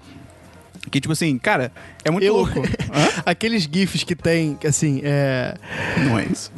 S2: Que, tipo assim, cara, é muito
S1: Eu-
S2: louco. Hã?
S1: Aqueles GIFs que tem, que assim, é.
S2: Não é isso.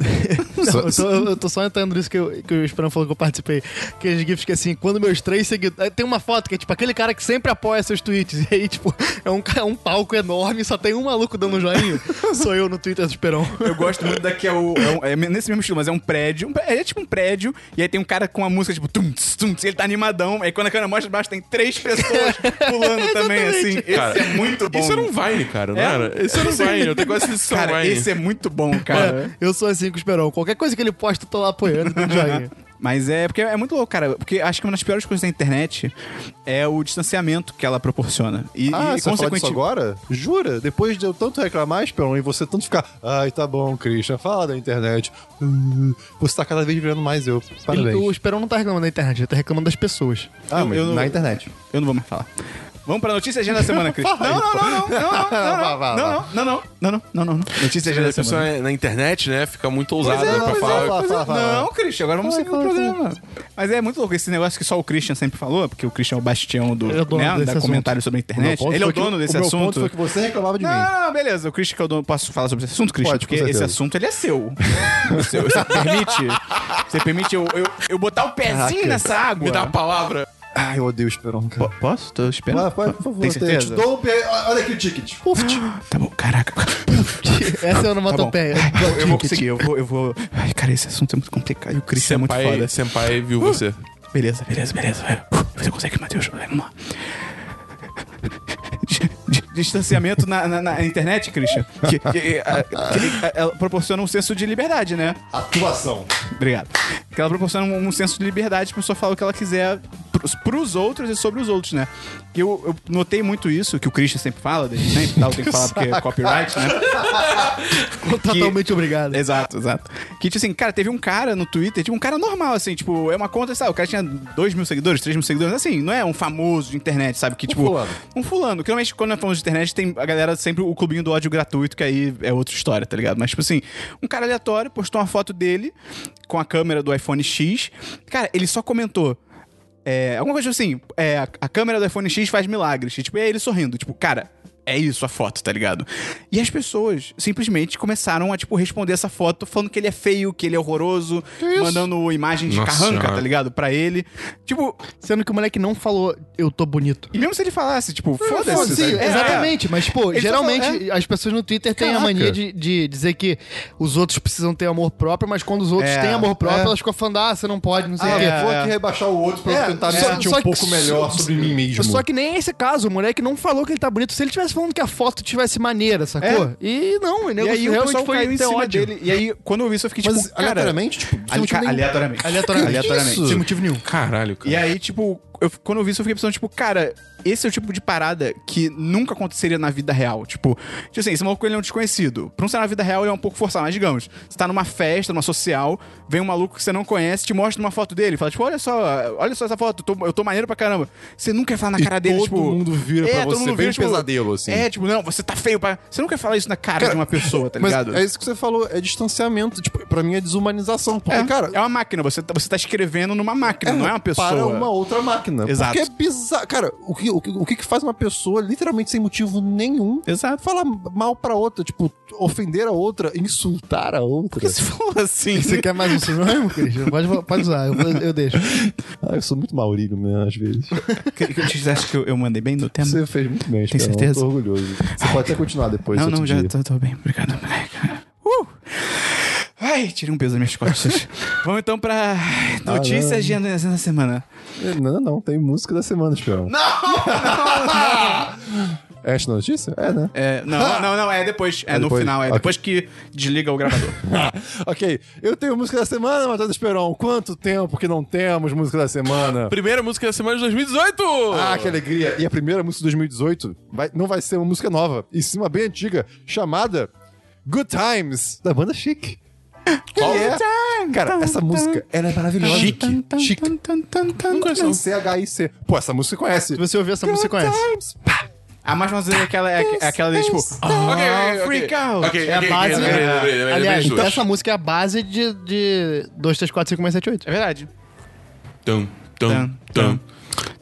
S1: Não, eu, tô, eu tô só entrando nisso que, eu, que o Esperão falou que eu participei. Aqueles GIFs que assim, quando meus três seguidores. Tem uma foto que é tipo aquele cara que sempre apoia seus tweets. E aí, tipo, é um, ca- um palco enorme, só tem um maluco dando um joinha. Sou eu no Twitter do Esperão.
S2: Eu gosto muito daqui, é, o, é, um- é nesse mesmo estilo, mas é um prédio. um pré- é tipo um prédio, e aí tem um cara com uma música tipo tum, tss, tum, tss, ele tá animadão. Aí quando a câmera mostra baixo, tem três pessoas pulando também, assim. Esse
S4: Cara,
S2: é muito bom.
S4: Isso era um Vine, cara, não
S2: É?
S4: era? Isso era um Vine, eu tenho quase certeza que isso era um
S2: Cara,
S4: Vine.
S2: esse é muito bom, cara.
S1: Eu sou assim com o Esperão. Qualquer coisa que ele posta, eu tô lá apoiando dando joinha.
S2: Mas é porque é muito louco, cara. Porque acho que uma das piores coisas da internet é o distanciamento que ela proporciona. E, e
S5: Ah, você vai falar disso
S2: consequentemente.
S5: agora? Jura? Depois de eu tanto reclamar, Esperon, e você tanto ficar, ai, tá bom, Christian, fala da internet. Uh, Você tá cada vez virando mais eu.
S1: Ele-
S5: Parabéns.
S1: o Esperão não tá reclamando da internet, ele tá reclamando das pessoas.
S5: Ah,
S2: eu-
S5: mas
S2: eu não-
S5: na internet.
S2: Eu não vou mais falar. Vamos pra notícia e agenda da semana, Cris. Não, não, não, não, não,
S5: Vá, vá,
S2: não, não, não, não, não, não, não, não, não, não. Notícia e agenda da
S4: A pessoa
S2: semana.
S4: é- na internet, né? Fica muito ousada
S5: é,
S4: pra
S5: pois
S4: falar.
S5: é, fala, fala, fala.
S2: Não, Christian, agora vamos seguir o programa. Mas é muito louco esse negócio que só o Christian sempre falou, porque o Christian é o bastião do
S1: Ele é o dono
S2: né,
S1: desse
S2: da
S1: assunto.
S2: comentário sobre a internet. Ele é o dono desse
S5: O meu ponto
S2: assunto.
S5: foi que você reclamava de
S2: Não,
S5: mim.
S2: não, não, beleza. O Christian que é o dono. Posso falar sobre esse assunto, Christian?
S5: Pode, com
S2: Porque esse
S5: certeza.
S2: assunto ele é seu. O seu- Você permite? Você permite eu, eu, eu botar o pezinho nessa água?
S4: Me dá a palavra.
S5: Ai, Ah, eu odeio o Esperon, cara.
S2: Po- Posso? Tô esperando.
S5: Vai, vai, por favor,
S2: Tem
S5: eu te- eu te
S2: certeza?
S5: dou um pe- Olha aqui o ticket.
S2: Tá bom, caraca.
S1: Essa é a
S2: Tá bom.
S1: onomatopeia.
S2: Eu, eu vou conseguir, eu vou, eu vou. Ai, cara, esse assunto é muito complicado. E o Christian é muito
S4: Senpai-
S2: foda.
S4: Senpai viu você.
S2: Beleza, beleza, beleza. vai. Você consegue, Matheus. Vai, Vamos lá. Di- di- Distanciamento na, na- na internet, Christian, que, que- a- que- a- ela proporciona um senso de liberdade, né?
S5: Atuação.
S2: Obrigado. Que ela proporciona um, um senso de liberdade pra pessoa falar o que ela quiser pros, pros outros e sobre os outros, né? Que eu, eu notei muito isso, que o Christian sempre fala, desde sempre, e tal, tem que falar porque é copyright, né?
S1: Totalmente obrigado.
S2: Exato, exato. Que, tipo assim, cara, teve um cara no Twitter, tipo, um cara normal, assim, tipo, é uma conta, sabe? O cara tinha 2 mil seguidores, 3 mil seguidores, assim, não é um famoso de internet, sabe? Que, tipo.
S5: fulano.
S2: Um fulano. Que normalmente, quando é famoso de internet, tem a galera sempre o clubinho do ódio gratuito, que aí é outra história, tá ligado? Mas, tipo assim, um cara aleatório postou uma foto dele com a câmera do iPhone X. Cara, ele só comentou. É, alguma coisa assim, é, a, a câmera do iPhone X faz milagres. E, tipo, é ele sorrindo. Tipo, cara, é isso a foto, tá ligado? E as pessoas simplesmente começaram a, tipo, responder essa foto falando que ele é feio, que ele é horroroso, mandando imagem de
S4: Nossa
S2: carranca,
S4: Senhora.
S2: tá ligado? Pra ele. Tipo,
S1: Sendo que o moleque não falou, eu tô bonito.
S2: e mesmo se ele falasse, tipo,
S1: Pô,
S2: foda-se.
S1: sim,
S2: tá ligado?
S1: exatamente. Mas, pô,
S2: Ele só
S1: geralmente
S2: falou, "É".
S1: as pessoas no Twitter têm a
S2: Caraca.
S1: mania de, de dizer que os outros precisam ter amor próprio, mas quando os outros
S2: É,
S1: têm amor próprio,
S2: é.
S1: elas ficam falando, ah, você não pode, não sei o
S5: Ah,
S1: quê.
S5: vou aqui rebaixar o outro pra eu tentar me
S1: só-
S5: sentir
S1: só
S5: um
S1: que-
S5: pouco melhor sobre mim mesmo.
S1: É. Só que nem esse caso, o moleque não falou que ele tá bonito. Se ele tivesse falando que a foto tivesse maneira, sacou? E não, o
S2: É. E
S1: negócio
S2: aí o
S1: realmente
S2: pessoal
S1: foi
S2: caiu em
S1: ter
S2: cima
S1: ódio.
S2: dele. E aí, quando eu vi isso, eu fiquei tipo,
S5: Mas
S2: cara,
S5: aleatoriamente, tipo, sem
S2: ali-
S5: motivo nenhum.
S2: aleatoriamente.
S1: Aleatoriamente.
S2: Aleatoriamente.
S1: Sem motivo nenhum.
S4: Caralho, cara.
S2: E aí, tipo, eu, quando eu vi isso, eu fiquei pensando, tipo, cara, esse é o tipo de parada que nunca aconteceria na vida real. Tipo, tipo assim, esse maluco ele é um desconhecido. Pra um ser na vida real, ele é um pouco forçado. Mas digamos, você tá numa festa, numa social, vem um maluco que você não conhece, te mostra uma foto dele, fala, tipo, olha só, olha só essa foto, eu tô, eu tô maneiro pra caramba. Você nunca ia falar na cara dele,
S5: todo
S2: tipo.
S5: mundo vira pra
S2: todo
S5: você,
S2: mundo
S5: bem
S2: tipo,
S5: pesadelo, assim.
S2: É, tipo, não, você tá feio pra. Você nunca ia falar isso na cara, de uma pessoa, tá
S5: Mas
S2: ligado?
S5: é isso que você falou, é distanciamento. Tipo, pra mim é desumanização. Porque,
S2: É,
S5: cara,
S2: é uma máquina, você tá, você tá escrevendo numa máquina, não é uma pessoa.
S5: para uma outra máquina. assassina.
S2: Exato.
S5: Porque é bizarro. Cara, o que, o, que, o que que faz uma pessoa, literalmente sem motivo nenhum,
S2: Exato.
S5: falar mal pra outra, tipo, ofender a outra, insultar a outra?
S2: Porque se for assim,
S1: Você quer mais um sinônimo, Christian? Pode, pode usar, eu, vou- eu deixo.
S5: Ah, eu sou muito maurílio, né, às vezes.
S2: que, que vocês acham que eu, eu mandei bem no tema?
S5: Você fez muito bem,
S2: É, Tem
S5: Esperão.
S2: certeza?
S5: Tô orgulhoso. Você pode até continuar depois,
S2: não,
S5: outro
S2: não, já
S5: dia.
S2: tô, tô bem, obrigado. Ai, cara. Uh! Ai, tirei um peso das minhas costas. Vamos então pra notícias de agenda da semana.
S5: É, Não, não, não. Tem música da semana, Esperão. Não! É esta notícia? É, né?
S2: É, não, não, não, é depois. É, no
S5: depois?
S2: final, é
S5: Ok.
S2: depois que desliga o gravador.
S5: ok, eu tenho música da semana, Matheus Esperão. Quanto tempo que não temos música da semana?
S4: Primeira música da semana de 2018!
S5: Ah, que alegria! E a primeira música de 2018 vai- não vai ser uma música nova, e sim uma bem antiga, chamada Good Times, da banda Chic. Qual é? Cara, essa música, ela é maravilhosa.
S2: Chique.
S5: Chic. C-H-I-C. Pô, essa música você conhece.
S1: Se você ouvir essa música, você conhece.
S5: Times.
S2: A mais famosa é aquela, é, é aquela de tipo. "Oh,
S4: Ok, ok, ok.
S2: freak out!
S4: Ok,
S1: É a
S4: ok,
S1: base.
S4: ok, lembrei, lembrei, lembrei, lembrei
S1: Aliás,
S4: de duas.
S1: essa música é a base de, de 2, 3, 4, 5, 6, 7, 8.
S2: É verdade.
S4: Tum, tum, tum.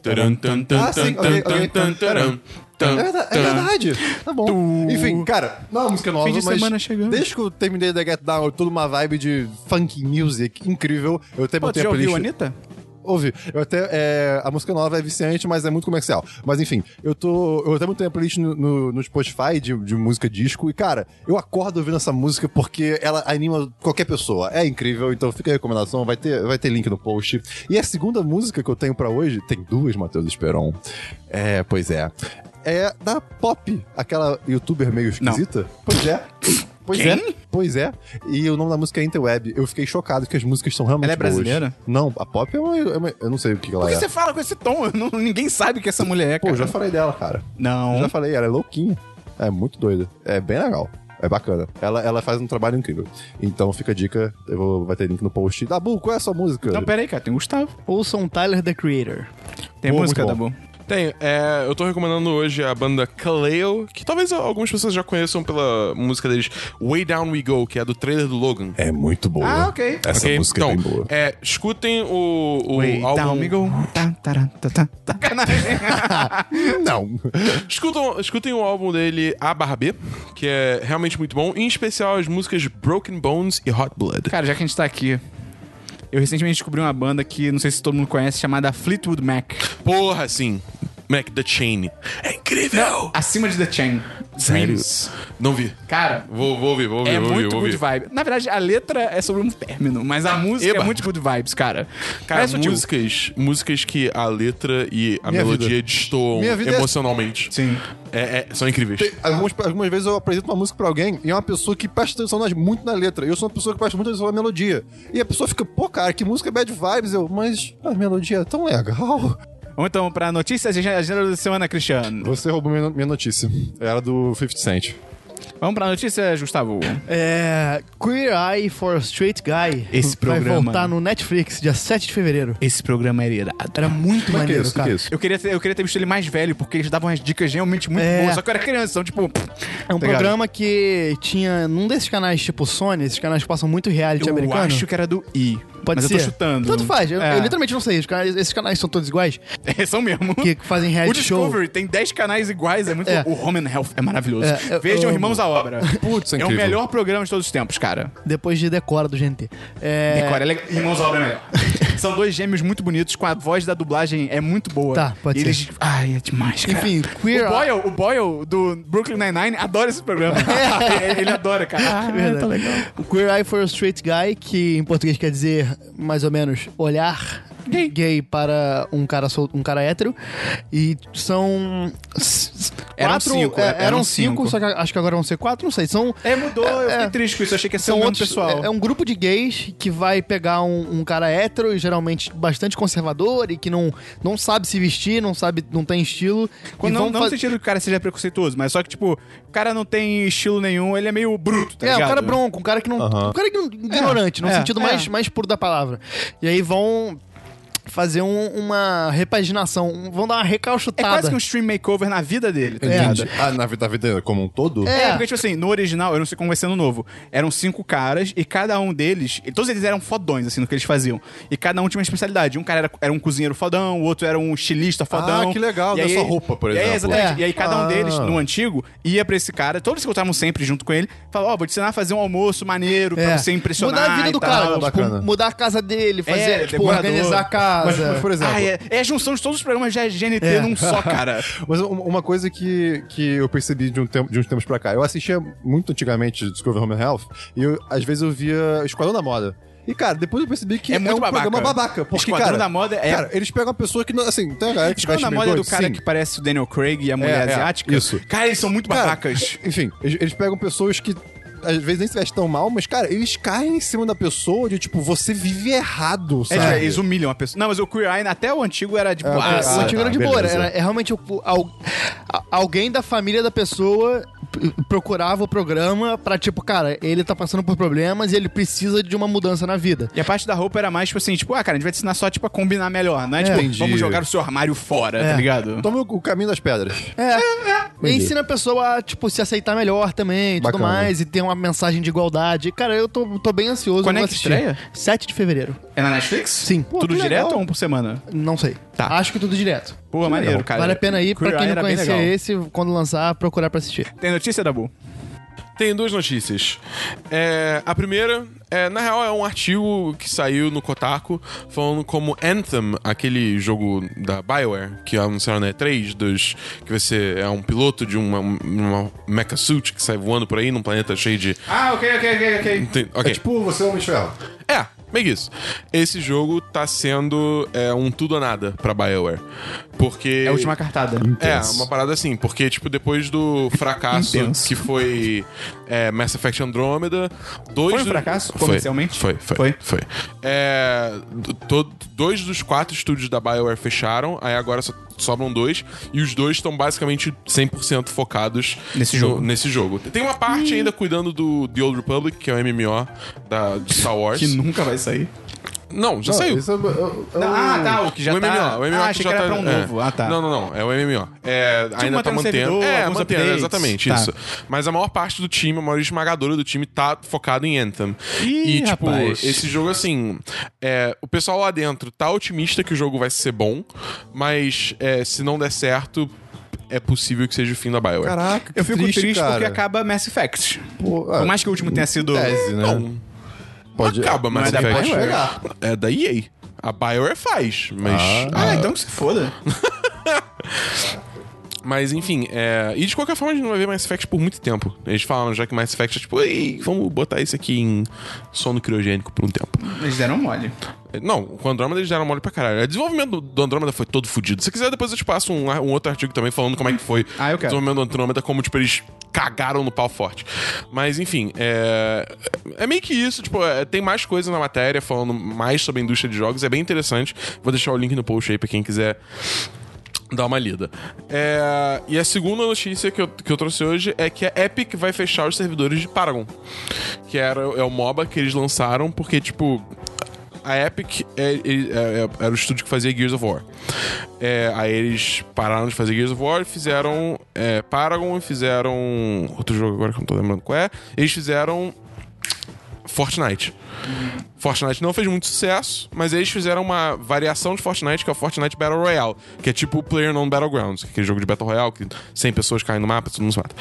S4: Taran, tum, tum,
S5: Ah, sim,
S4: tum,
S5: ok,
S4: tum,
S5: ok.
S4: tum, taran, tum,
S5: É verdade, é
S4: tum.
S5: verdade. Tá bom. Enfim, cara, não é uma música nova,
S2: Fim de
S5: mas
S2: semana chegando.
S5: desde que eu terminei The Get Down, toda uma vibe de funk music incrível. Eu até
S2: Pô, tu
S5: botei
S2: já
S5: a playlist.
S2: ouviu, Anitta?
S5: Ouvi. Eu até. é, a música nova é viciante, mas é muito comercial. Mas enfim, eu tô. Eu até tenho a playlist no, no, no Spotify de, de música disco. E, cara, eu acordo ouvindo essa música porque ela anima qualquer pessoa. É incrível, então fica a recomendação. Vai ter, vai ter link no post. E a segunda música que eu tenho pra hoje, tem duas, Matheus Esperon. É, pois é. É da Pop, aquela youtuber meio esquisita. Pois é. Pois
S2: Quem?
S5: é. Pois é. E o nome da música é Interweb. Eu fiquei chocado que as músicas são realmente
S2: Ela é
S5: boas.
S2: brasileira?
S5: Não, a pop é uma, é uma- Eu não sei o que, que ela
S2: Por que
S5: é.
S2: você fala com esse tom? Eu não- ninguém sabe que essa mulher é,
S5: Pô,
S2: cara.
S5: eu já falei dela, cara. Eu
S2: Não.
S5: já falei, ela é louquinha. É muito doida. É bem legal. É bacana. Ela, ela faz um trabalho incrível. Então fica a dica. Eu vou, vai ter link no post. Dabu, qual é a sua música?
S2: Não, peraí, cara, tem o Gustavo.
S1: Ouçam Tyler, The Creator.
S2: Tem
S5: Pô,
S2: música,
S5: muito
S2: Dabu.
S4: Tem, é, eu tô recomendando hoje a banda Kaleo, que talvez algumas pessoas já conheçam pela música deles Way Down We Go, que é do trailer do Logan.
S5: É muito boa.
S2: Ah, ok.
S5: Essa
S4: Ok?
S5: música
S4: então,
S5: é bem boa.
S4: é, escutem o, o
S2: Wait,
S4: álbum.
S2: down, amigo. Tá, tará, tá, tá, tá.
S5: Não.
S4: Escutam, escutem o álbum dele A barra B, que é realmente muito bom, em especial as músicas Broken Bones e Hot Blood.
S2: Cara, já que a gente tá aqui, eu recentemente descobri uma banda que não sei se todo mundo conhece, chamada Fleetwood Mac.
S4: Porra, sim. Mac The Chain. É incrível!
S2: Acima de The Chain. Dreams.
S4: Não vi.
S2: Cara,
S4: Vou, vou ouvir, vou ouvir,
S2: é
S4: vou ouvir,
S2: muito
S4: vou
S2: good
S4: ouvir.
S2: vibe. Na verdade, a letra é sobre um término, mas a música
S4: Eba.
S2: é muito good vibes, cara.
S4: Cara,
S2: Parece sutil.
S4: músicas, músicas que a letra e a
S5: Minha
S4: melodia
S5: vida.
S4: destoam
S5: Minha vida é-
S4: emocionalmente.
S2: Sim.
S4: É- é- são incríveis.
S5: Tem- Algumas, algumas vezes eu apresento uma música pra alguém e é uma pessoa que presta atenção nas- muito na letra. Eu sou uma pessoa que presta muita atenção na melodia. E a pessoa fica, pô, cara, que música bad vibes. Eu, mas a melodia é tão legal.
S2: Vamos então pra notícias de agenda da semana, Cristiano.
S5: Você roubou minha, minha notícia. Era do 50 Cent.
S2: Vamos pra notícias, Gustavo.
S1: É. Queer Eye for a Straight Guy.
S2: Esse
S1: Vai
S2: programa.
S1: voltar no Netflix, dia 7 de fevereiro.
S2: Esse programa era irado.
S1: é Era muito
S5: Mas que
S1: maneiro,
S5: isso, que
S1: cara.
S5: isso?
S2: Eu queria, ter, eu queria ter visto ele mais velho, porque eles davam umas dicas realmente muito
S1: É.
S2: boas. Só que eu era criança, então, tipo.
S1: É um
S2: tá ligado?
S1: programa que tinha num desses canais tipo Sony, esses canais que passam muito reality
S2: Eu
S1: americano.
S2: acho que era do I.
S1: Pode
S2: mas
S1: ser.
S2: eu tô chutando.
S1: Tanto faz, eu,
S2: É.
S1: eu literalmente não sei. os canais- esses canais são todos iguais,
S2: É, são mesmo.
S1: que fazem
S2: o
S1: reality show.
S2: Discovery tem 10 canais iguais, é muito
S1: É.
S2: O Home and Health é maravilhoso.
S1: É, eu-
S2: Vejam
S1: eu amo.
S2: Irmãos à Obra.
S5: Putz, é
S2: é o
S5: incrível.
S2: melhor programa de todos os tempos, cara.
S1: Depois de Decora do GNT. É,
S2: Decora, é legal. Irmãos à Obra é melhor. São dois gêmeos muito bonitos, com a voz da dublagem é muito boa.
S1: Tá, pode
S2: e
S1: ser.
S2: Eles... Ai, é demais, cara.
S1: Enfim, Queer
S2: o
S1: Eye.
S2: Boyle, o Boyle do Brooklyn Nine-Nine adora esse programa. Ele- Ele adora, cara. Ah,
S1: É. Verdade.
S2: tá legal.
S1: O Queer Eye for a Straight Guy, que em português quer dizer mais ou menos olhar
S2: Gay.
S1: para um cara solto, um cara hétero. E são s- s-
S2: Eram
S1: quatro,
S2: cinco,
S1: é,
S2: é,
S1: eram
S2: eram
S1: cinco,
S2: cinco.
S1: só que acho que agora vão ser quatro, não sei. São
S2: É, mudou, eu fiquei
S1: É.
S2: triste com isso, eu achei que ia ser
S1: são
S2: o mesmo
S1: outros,
S2: pessoal.
S1: É, é um grupo de gays que vai pegar um, um cara hétero e geralmente bastante conservador e que não, não sabe se vestir, não sabe, não tem estilo.
S2: Quando
S1: e
S2: não,
S1: vão
S2: não no
S1: fa-
S2: sentido que o cara seja preconceituoso, mas só que, tipo, o cara não tem estilo nenhum, ele é meio bruto, tá
S1: é, um
S2: ligado?
S1: cara bronco, um cara que não. Um cara que não, ignorante, no
S2: é,
S1: sentido
S2: é.
S1: mais, mais puro da palavra. E aí vão. fazer um- uma repaginação. um- vão dar uma
S2: É
S1: recalchutada.
S2: quase que um stream makeover na vida dele, tá ligado?
S1: Entendi.
S5: Entendi. Ah, na vida, na vida como um todo?
S1: É.
S2: É, porque, tipo assim, no original, eu não sei como vai ser no novo, eram cinco caras e cada um deles, e todos eles eram fodões, assim, no que eles faziam. E cada um tinha uma especialidade. Um cara era, era um cozinheiro fodão, o outro era um estilista fodão.
S5: Ah, que legal,
S2: e
S5: dessa
S2: aí-
S5: roupa, por
S2: e aí,
S5: exemplo.
S2: exatamente.
S1: É.
S2: E aí cada um
S5: Ah.
S2: deles, no antigo, ia pra esse cara, todos que estavam sempre junto com ele, falava, ó, vou te ensinar a fazer um almoço maneiro pra
S1: É.
S2: você impressionar
S1: Mudar a vida
S2: e
S1: do
S2: tal." é
S1: cara, tipo,
S5: bacana.
S1: mudar a casa dele, fazer, tipo,
S2: decorador.
S1: organizar a
S5: Mas,
S1: casa.
S5: mas, por exemplo,
S2: Ah, é, é a junção de todos os programas de GNT
S1: É.
S2: num só, cara.
S5: Mas um- uma coisa que, que eu percebi de, um tempo, de uns tempos pra cá, eu assistia muito antigamente Discovery Home and Health, e eu, às vezes eu via Esquadrão da Moda. E, cara, depois eu percebi que
S2: É
S5: é,
S2: muito
S5: um
S2: babaca.
S5: programa babaca. Porque,
S2: Esquadrão
S5: cara,
S2: da Moda é-
S5: Cara, eles pegam uma pessoa que não, assim, tem uma galera que
S2: Escolha na
S5: veste
S2: moda
S5: meio
S2: é do
S5: doido,
S2: cara
S5: sim.
S2: que parece o Daniel Craig e a mulher
S5: É, é,
S2: asiática.
S5: isso.
S2: Cara, eles são muito
S5: Cara,
S2: babacas.
S5: Enfim, eles, eles pegam pessoas que às vezes nem se vestem tão mal, mas, cara, eles caem em cima da pessoa de, tipo, você vive errado,
S2: É,
S5: sabe?
S2: tipo, eles humilham a pessoa. Não, mas o Queer Eye, até o antigo, era tipo, de boa.
S5: é,
S1: o
S5: Ah,
S1: antigo
S5: tá,
S1: era de boa,
S5: beleza.
S1: era, é realmente tipo, al- a- alguém da família da pessoa p- procurava o programa pra, tipo, cara, ele tá passando por problemas e ele precisa de uma mudança na vida.
S2: E a parte da roupa era mais, tipo assim, tipo, ah, cara, a gente vai te ensinar só, tipo, a combinar melhor. Não é, tipo,
S5: entendi.
S2: vamos jogar o seu armário fora, tá ligado?
S5: Toma o, o caminho das pedras.
S2: É.
S1: E ensina a pessoa a, tipo, se aceitar melhor também e tudo
S5: Bacana.
S1: mais, e ter uma mensagem de igualdade. Cara, eu tô, tô bem ansioso.
S2: Quando
S1: eu
S2: é
S1: vou
S2: que
S1: assistir.
S2: estreia?
S1: 7 de fevereiro.
S2: É na Netflix?
S1: Sim. Pô,
S2: tudo
S1: que
S2: direto
S1: legal.
S2: ou um por semana?
S1: Não sei.
S2: Tá.
S1: Acho que tudo direto.
S2: Pô, maneiro, cara.
S1: vale a pena ir, pra
S2: Queer
S1: quem
S2: Eye
S1: não
S2: era bem
S1: conhecia
S2: legal.
S1: esse, quando lançar, procurar pra assistir.
S2: Tem notícia, Dabu?
S4: Tem duas notícias. É, a primeira, é, na real, é um artigo que saiu no Kotaku falando como Anthem, aquele jogo da Bioware, que anunciaram na E3, dos, que você é um piloto de uma, uma mecha suit que sai voando por aí num planeta cheio de.
S2: Ah, ok, ok, ok, ok.
S4: Tem- ok.
S5: É tipo, você é um Michel.
S4: É, meio que isso. Esse jogo tá sendo é, um tudo ou nada pra Bioware. Porque.
S2: É a última cartada.
S4: É, uma parada assim, porque, tipo, depois do fracasso
S2: Intenso.
S4: que foi é, Mass Effect Andromeda, dois.
S2: Foi um
S4: do-
S2: fracasso,
S4: Foi,
S2: comercialmente?
S4: Foi, foi.
S2: Foi?
S4: Foi. É, do- to- dois dos quatro estúdios da Bioware fecharam, aí agora só sobram dois, e os dois estão basicamente 100% focados
S2: Nesse
S4: no-
S2: jogo.
S4: nesse jogo. Tem uma parte ainda cuidando do The Old Republic, que é o MMO da, de Star Wars.
S2: Que nunca vai sair.
S4: Não, já saiu.
S5: Isso é- é- é-
S2: Ah, tá, o que já
S4: o MMO,
S2: tá...
S4: o MMO
S2: ah,
S4: que
S2: achei
S4: já
S2: que era
S4: tá,
S2: pra um
S4: é.
S2: novo. Ah, tá.
S4: Não, não, não. É o MMO. É, ainda
S2: manter
S4: tá
S2: no
S4: mantendo.
S2: servidor,
S4: é,
S2: alguns
S4: mantendo,
S2: updates.
S4: exatamente,
S2: Tá.
S4: isso. Mas a maior parte do time, a maior esmagadora do time, tá focado em Anthem.
S2: Ih,
S4: e, tipo,
S2: rapaz.
S4: esse jogo, assim. é, o pessoal lá dentro tá otimista que o jogo vai ser bom, mas é, se não der certo, é possível que seja o fim da Bioware.
S5: Caraca, que
S2: Eu fico triste,
S5: cara.
S2: porque acaba Mass Effect.
S5: Pô,
S2: Por
S5: é, então,
S2: mais que o último tenha sido...
S5: tese, né?
S4: Não,
S5: Pode-
S4: acaba, mas
S2: é da
S4: Effect.
S2: Bioware?
S4: É da EA. A Bioware faz, mas.
S2: Ah,
S4: a-
S2: então que se foda.
S4: Mas enfim, é... e de qualquer forma a gente não vai ver Mass Effect por muito tempo. Eles falaram já que Mass Effect é tipo, Ei, vamos botar isso aqui em sono criogênico por um tempo.
S2: Eles deram mole.
S4: Não, com Andrômeda eles deram mole pra caralho. O desenvolvimento do- do Andrômeda foi todo fodido. Se quiser, depois eu te passo um, um outro artigo também falando como é que foi
S2: Ah, eu quero.
S4: o desenvolvimento do Andrômeda, como tipo, eles cagaram no pau forte. Mas enfim, é, é meio que isso. Tipo, é, tem mais coisa na matéria falando mais sobre a indústria de jogos. É bem interessante. Vou deixar o link no post aí pra quem quiser Dá uma lida. É, e a segunda notícia que eu, que eu trouxe hoje é que a Epic vai fechar os servidores de Paragon. Que era, é o MOBA que eles lançaram, porque, tipo. A Epic é- é- é- era o estúdio que fazia Gears of War. É, aí eles pararam de fazer Gears of War, fizeram é, Paragon, fizeram. Outro jogo agora que eu não tô lembrando qual é. Eles fizeram Fortnite. Fortnite não fez muito sucesso, mas eles fizeram uma variação de Fortnite, que é o Fortnite Battle Royale, que é tipo o PlayerUnknown Battlegrounds, que é aquele jogo de Battle Royale que 100 pessoas caem no mapa, todo mundo se mata.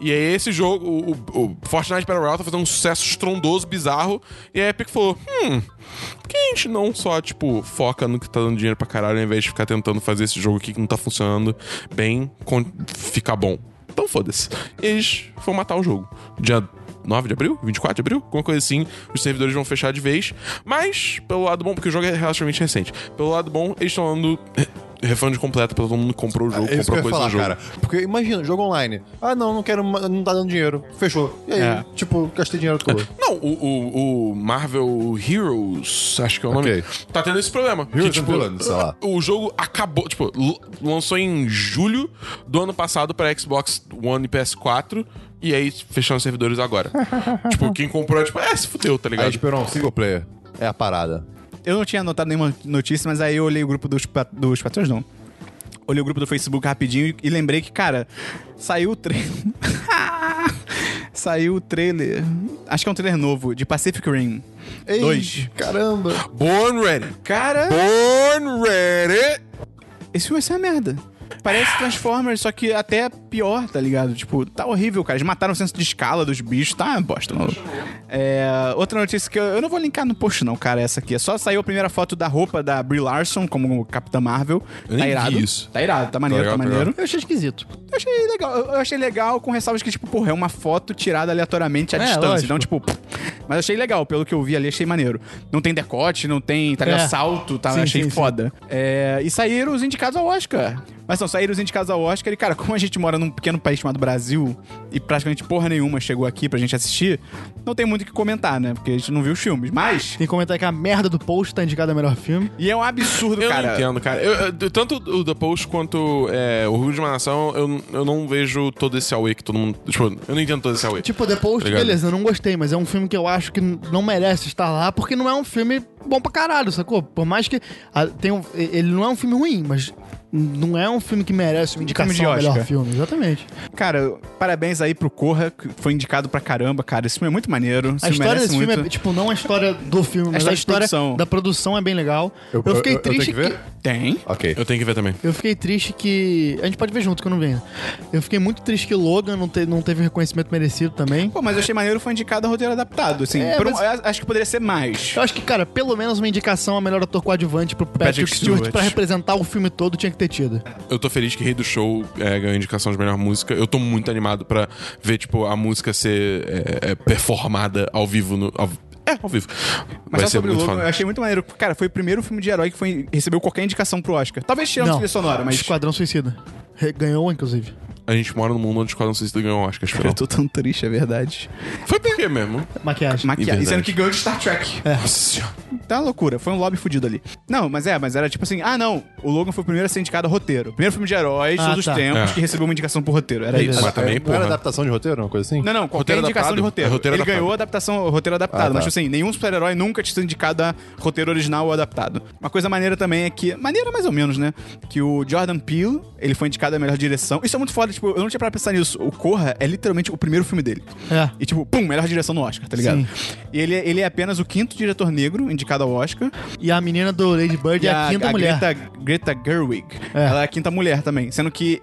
S4: E aí esse jogo, o, o- o Fortnite Battle Royale tá fazendo um sucesso estrondoso, bizarro, e a Epic falou, hum, por que a gente não só, tipo, foca no que tá dando dinheiro pra caralho, ao invés de ficar tentando fazer esse jogo aqui que não tá funcionando bem, con- ficar bom? Então foda-se. Eles vão matar o jogo. Dia 9 de abril? 24 de abril? Alguma coisa assim. Os servidores vão fechar de vez. Mas, pelo lado bom, porque o jogo é relativamente recente. Pelo lado bom, eles estão dando refund completo pra todo mundo que comprou o jogo,
S5: É isso que eu
S4: comprou
S5: ia
S4: coisa
S5: falar,
S4: do jogo.
S5: cara. Porque imagina, jogo online. Ah, não, não quero, ma- não tá dando dinheiro. Fechou. E aí,
S2: É.
S5: tipo, gastei dinheiro à toa.
S4: Não, o, o- o Marvel Heroes, acho que é o nome.
S5: Ok.
S4: Tá tendo esse problema.
S5: Heroes
S4: que, tipo,
S5: and Villains, sei lá.
S4: O jogo acabou, tipo, l- lançou em julho do ano passado pra Xbox One e PS4. E aí, fechando os servidores agora. tipo, quem comprou, tipo, é, se fudeu, tá
S5: Aí
S4: ligado?
S5: esperou um single player. É a parada.
S2: Eu não tinha anotado nenhuma notícia, mas aí eu olhei o grupo dos, pa- dos patrões, não. Olhei o grupo do Facebook rapidinho e- e lembrei que, cara, saiu o trailer. saiu o trailer. Acho que é um trailer novo, de Pacific Rim.
S5: Ei,
S2: Dois.
S5: Caramba.
S4: Born ready.
S2: Cara,
S4: Born ready.
S2: esse filme vai ser uma merda. Parece Transformers, só que até pior, tá ligado? Tipo, tá horrível, cara. Eles mataram o senso de escala dos bichos, tá uma bosta, maluco. É, outra notícia que eu, eu não vou linkar no post, não, cara, essa aqui. É só saiu a primeira foto da roupa da Brie Larson como Capitã Marvel.
S4: Eu
S2: tá
S4: nem
S2: irado.
S4: vi isso.
S2: Tá irado, tá maneiro,
S4: legal,
S2: tá
S4: tá
S2: maneiro.
S1: Eu achei esquisito.
S2: Eu achei legal, eu achei legal com ressalvas que, tipo, porra, é uma foto tirada aleatoriamente à
S1: É,
S2: distância.
S1: lógico.
S2: Então, tipo, pff, mas achei legal, pelo que eu vi ali, achei maneiro. Não tem decote, não tem, tá ligado?
S1: É.
S2: Salto, tá?
S1: Sim,
S2: achei
S1: sim, sim.
S2: foda. É, e saíram os indicados ao Oscar. Mas não, saíram os indicados ao Oscar e, cara, como a gente mora num pequeno país chamado Brasil e praticamente porra nenhuma chegou aqui pra gente assistir, não tem muito o que comentar, né? Porque a gente não viu os filmes. Mas.
S1: Tem que comentar que a merda do post tá indicada a melhor filme.
S2: E é um absurdo,
S4: Eu
S2: cara.
S4: não entendo, cara. Eu- eu- tanto o The Post quanto é, o Rio de uma Nação, eu, eu não vejo todo esse away que todo mundo. Tipo, eu não entendo todo esse away.
S1: Tipo, The Post,
S4: Obrigado.
S1: beleza, eu não gostei, mas é um filme que eu acho que n- não merece estar lá, porque não é um filme bom pra caralho, sacou? Por mais que ah, tem um- e- ele não é um filme ruim, mas n- não é um filme que merece uma indicação
S2: filme de
S1: ao melhor
S2: Oscar.
S1: filme, exatamente.
S2: Cara, parabéns aí pro Corra, que foi indicado pra caramba, cara. Esse filme é muito maneiro. esse
S1: a história
S2: merece
S1: desse filme
S2: muito.
S1: é, tipo, não a história do filme, mas a
S2: história
S1: história
S2: de produção.
S1: da produção é bem legal. Eu, fiquei triste
S3: Eu tenho que ver?
S2: Tem.
S3: Ok.
S4: Eu tenho que ver também.
S1: Eu fiquei triste que. A gente pode ver junto, que eu não venho. Eu fiquei muito triste que Logan não, te- não teve o reconhecimento merecido também.
S2: Pô, mas eu achei maneiro foi indicado a roteiro adaptado, assim.
S1: É,
S2: por um-
S1: mas-
S2: eu acho que poderia ser mais.
S1: Eu acho que, cara, pelo menos uma indicação a melhor ator coadjuvante pro Patrick,
S2: Patrick
S1: Stewart,
S2: Stewart.
S1: pra representar o filme todo tinha que ter tido.
S4: Eu tô feliz que Rei do Show é, ganhou indicação de melhor música. Eu tô muito animado pra ver, tipo, a música ser é, é, performada ao vivo no. ao- é, ao vivo.
S2: Mas
S4: Vai
S2: só
S4: ser
S2: sobre o
S4: muito
S2: Logan, eu
S4: foda.
S2: achei muito maneiro. Cara, foi o primeiro filme de herói que foi, recebeu qualquer indicação pro Oscar. Talvez tirando
S1: Não.
S2: trilha sonora, um mas.
S1: Esquadrão Suicida. Re- Ganhou, inclusive.
S4: A gente mora num mundo onde o Esquadrão Suicida ganhou um Oscar. afinal.
S2: tô tão triste, é verdade.
S4: Foi por quê mesmo?
S1: Maquiagem.
S2: Maquiagem.
S4: verdade.
S2: E sendo que ganhou de Star Trek.
S1: É.
S4: Nossa senhora.
S2: Tá uma loucura, foi um lobby fudido ali. Não, mas é, mas era tipo assim: ah, não, o Logan foi o primeiro a ser indicado a roteiro. Primeiro filme de heróis, de
S1: Ah,
S2: todos
S1: tá.
S2: os tempos,
S4: É.
S2: que recebeu uma indicação por roteiro. Era isso.
S4: Mas também,
S3: É, não era
S4: porra.
S3: adaptação de roteiro, uma coisa assim?
S2: Não, não, qualquer
S4: Roteiro
S2: indicação
S4: adaptado?
S2: de roteiro.
S4: É roteiro
S2: ele
S4: adaptado.
S2: ganhou adaptação, roteiro adaptado.
S3: Ah, tá.
S2: Mas, tipo assim, nenhum super-herói nunca tinha sido indicado a roteiro original ou adaptado. Uma coisa maneira também é que. Maneira mais ou menos, né? Que o Jordan Peele, ele foi indicado a melhor direção. Isso é muito foda, tipo, eu não tinha parado pra pensar nisso. O Corra é literalmente o primeiro filme dele.
S1: É.
S2: E, tipo, pum, melhor direção no Oscar, tá ligado?
S1: Sim.
S2: E ele, ele é apenas o quinto diretor negro indicado ao Oscar.
S1: E a menina do Lady Bird é a, quinta mulher.
S2: Greta, Greta Gerwig.
S1: É.
S2: Ela é a quinta mulher também. Sendo que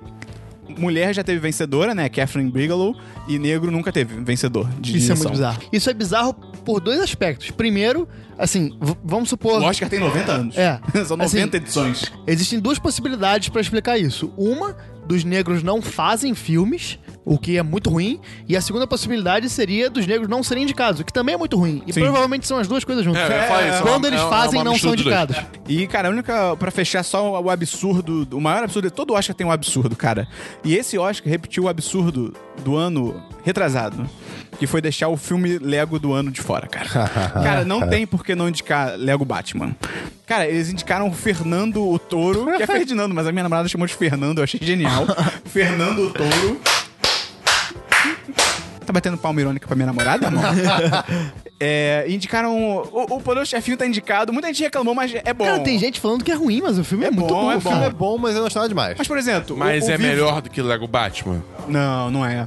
S2: mulher já teve vencedora, né? Catherine Bigelow. E negro nunca teve vencedor
S1: Isso
S2: de
S1: é
S2: direção.
S1: muito bizarro. Isso é bizarro por dois aspectos. Primeiro, assim, v- vamos supor.
S2: O Oscar tem 90 anos.
S1: É.
S2: São 90
S1: Assim,
S2: edições.
S1: Existem duas possibilidades pra explicar isso. Uma, dos negros não fazem filmes, o que é muito ruim. E a segunda possibilidade seria dos negros não serem indicados, o que também é muito ruim. E
S2: Sim.
S1: provavelmente são as duas coisas juntas.
S4: É, eu ia falar isso, é uma-
S1: Quando eles
S4: é uma-
S1: fazem,
S4: é uma
S1: não são
S4: mistura dos dois.
S1: indicados.
S2: E, cara, a única. Pra fechar só o absurdo. O maior absurdo. Todo Oscar tem um absurdo, cara. E esse Oscar repetiu o absurdo do ano retrasado. Que foi deixar o filme Lego do ano de fora, cara. cara, não tem por que não indicar Lego Batman. Cara, eles indicaram o Fernando o Touro, que é Ferdinando, mas a minha namorada chamou de Fernando, eu achei genial. Fernando o Touro. Tá batendo palma irônica pra minha namorada, irmão? É, indicaram. O, o Poder do Chefinho tá indicado. Muita gente reclamou, mas é bom.
S1: Cara, tem gente falando que é ruim, mas o filme é, muito bom.
S2: é
S1: cara.
S2: bom.
S5: O filme é bom, mas eu não achava demais.
S2: Mas, por exemplo.
S4: Mas
S2: o- o
S4: é
S2: Viva-
S4: melhor do que Lego Batman.
S2: Não, não é.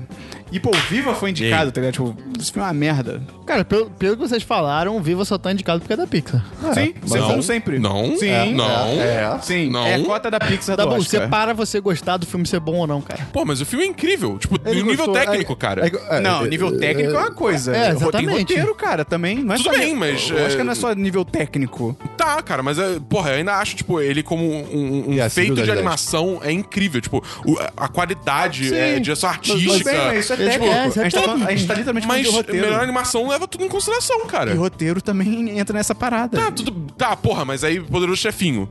S2: E, pô, o Viva foi indicado, tá ligado? Tipo, isso foi uma merda.
S1: Cara, pelo, pelo que vocês falaram, o Viva só tá indicado porque é da Pixar.
S2: Sim, sim,
S4: não.
S2: É como sempre.
S4: Não.
S2: Sim.
S4: É, não.
S5: É.
S2: Sim,
S4: Não.
S2: é a cota da Pixar
S1: Tá
S2: do
S1: bom,
S2: Oscar.
S4: é.
S1: você para você gostar do filme ser bom ou não, cara.
S4: Pô, mas o filme é incrível. Tipo, do
S5: Ele
S4: nível
S5: gostou,
S4: técnico,
S5: é-
S4: cara.
S5: é- é-
S2: Não, nível técnico é uma coisa.
S1: é,
S2: Tem
S1: exatamente.
S2: roteiro, cara, também. Não é
S4: Tudo
S2: só
S4: bem, mas,
S2: Eu acho
S4: é,
S2: que não é só nível técnico.
S4: Tá, cara, mas, é, porra, eu ainda acho, tipo, ele como um, um-
S2: é
S4: um
S5: E assim,
S4: feito
S5: do
S4: de
S5: 10.
S4: animação é incrível. Tipo, o- a qualidade
S1: Sim.
S4: é, de ação artística.
S2: bem, mas isso é
S1: Tipo,
S2: técnico.
S1: é, isso é
S2: a, gente tá,
S1: técnico.
S2: falando- a gente tá literalmente falando
S4: Mas
S2: de roteiro.
S4: melhor animação leva tudo em consideração, cara. Ah,
S2: E roteiro também entra nessa parada.
S4: Tá, tudo. Tá, porra, mas aí Poderoso Chefinho.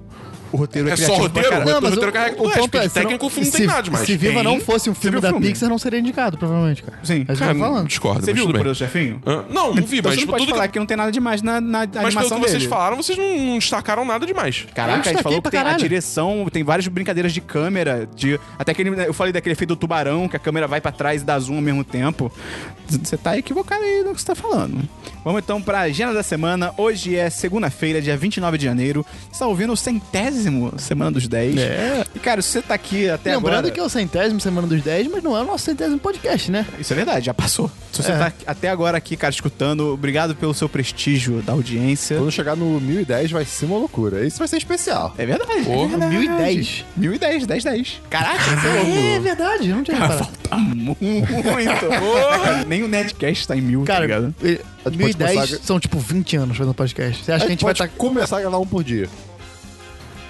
S2: O roteiro é,
S4: É só
S2: criativo pra
S4: roteiro?
S2: caralho.
S4: Não, mas o roteiro carrega tudo mais, porque de
S1: é, se não-
S4: técnico o filme não
S1: se-
S4: tem nada demais.
S1: Se Viva
S4: Tem-
S1: não fosse um
S2: viu
S1: filme
S2: o
S1: da
S2: filme?
S1: Pixar, não seria indicado, provavelmente, cara.
S2: Sim.
S1: É isso que eu
S4: Cara,
S1: tô falando.
S4: discordo,
S2: tá Você
S4: mas
S2: viu o
S4: tudo bem.
S2: Poderoso Chefinho?
S4: Hã? Não, não
S2: Então
S4: vi, mas
S2: você não
S4: tipo,
S2: pode
S4: tudo
S2: falar
S4: que...
S2: que... não tem nada demais na, na
S4: Mas pelo que
S2: animação dele.
S4: vocês falaram, vocês não, não destacaram nada demais.
S1: Eu
S2: Caraca, a gente
S1: destaquei
S2: falou que
S1: pra
S2: tem a
S1: caralho.
S2: direção, tem várias brincadeiras de câmera, de até aquele, eu falei daquele efeito do tubarão, que a câmera vai pra trás e dá zoom ao mesmo tempo. Você tá equivocado aí no que você tá falando. Vamos então pra agenda da semana. Hoje é segunda-feira, dia 29 de janeiro. Você tá ouvindo o centésimo Semana dos 10.
S1: É.
S2: E cara, se você tá aqui até
S1: Lembrando
S2: agora...
S1: que é o centésimo Semana dos 10, mas não é o nosso centésimo podcast, né?
S2: Isso é verdade, já passou. Se você
S1: É.
S2: tá aqui- até agora aqui, cara, escutando, obrigado pelo seu prestígio da audiência.
S5: Quando chegar no 1010 vai ser uma loucura. Isso vai ser especial.
S2: É verdade.
S4: Porra,
S2: é verdade.
S1: 1010.
S2: 1010, 10, 10. Caraca,
S1: É verdade, eu não tinha reparado.
S2: Tá mu- muito. Porra. Nem o Nerdcast tá em mil, tá
S1: Cara,
S2: ligado?
S1: e-
S5: pode
S1: 2010
S5: começar-
S1: são tipo 20 anos fazendo podcast. Você acha que a gente vai tá
S5: pode
S1: estar.
S5: começar a gravar um por dia.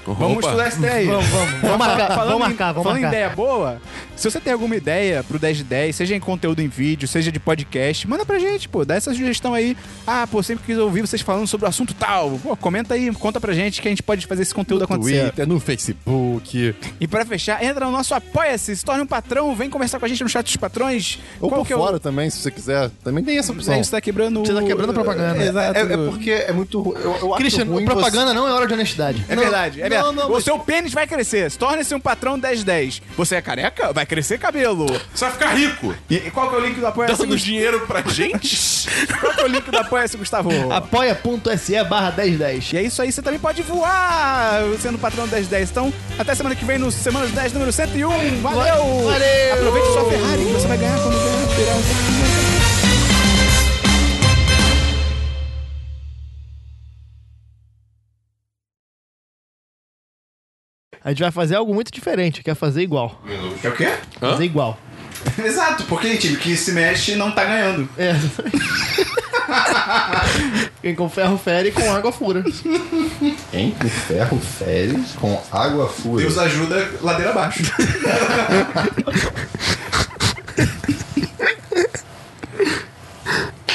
S2: Vamos estudar essa ideia aí. Vamos, vamos.
S1: Vamos marcar, vamos
S2: em-
S1: marcar, vamos
S2: falando em
S1: marcar.
S2: ideia boa, se você tem alguma ideia pro 1010, seja em conteúdo em vídeo, seja de podcast, manda pra gente, pô. Dá essa sugestão aí. Ah, pô, sempre quis ouvir vocês falando sobre o assunto tal. Pô, comenta aí, conta pra gente que a gente pode fazer esse conteúdo acontecer.
S5: Twitter, no Facebook.
S2: E pra fechar, entra no nosso Apoia-se, se torne um patrão, vem conversar com a gente no chat dos patrões.
S5: Ou
S2: Qual
S5: por
S2: que é o-
S5: fora também, se você quiser. Também tem essa opção.
S2: É, Isso tá quebrando...
S1: Você tá quebrando a propaganda.
S2: Exato.
S5: É, é porque é muito. ru- Eu, eu acho
S1: Christian,
S5: ruim
S1: propaganda não é hora de honestidade.
S2: É verdade, é verdade.
S5: não, não,
S2: o
S5: mas-
S2: seu pênis vai crescer. Se Torne-se um patrão 1010. Você é careca? Vai crescer cabelo.
S4: Você vai ficar rico
S2: E, e qual que é o link do Apoia-se?
S4: dando
S2: Gust-
S4: dinheiro pra gente?
S2: Qual que é o link do Apoia-se, Gustavo?
S1: Apoia.se barra
S2: E
S1: 1010.
S2: é isso aí, você também pode voar sendo patrão 1010. Então, até semana que vem no Semana dos 10, número 101. Valeu!
S1: Valeu!
S2: Aproveite sua Ferrari que você vai ganhar quando ganhar.
S1: A gente vai fazer algo muito diferente, que é fazer igual.
S2: É o quê?
S1: Fazer igual.
S2: Exato, porque time que se mexe não tá ganhando.
S1: É. Quem com ferro fere e com água fura.
S5: Hein? O ferro fere com água fúria.
S2: ajuda ladeira abaixo.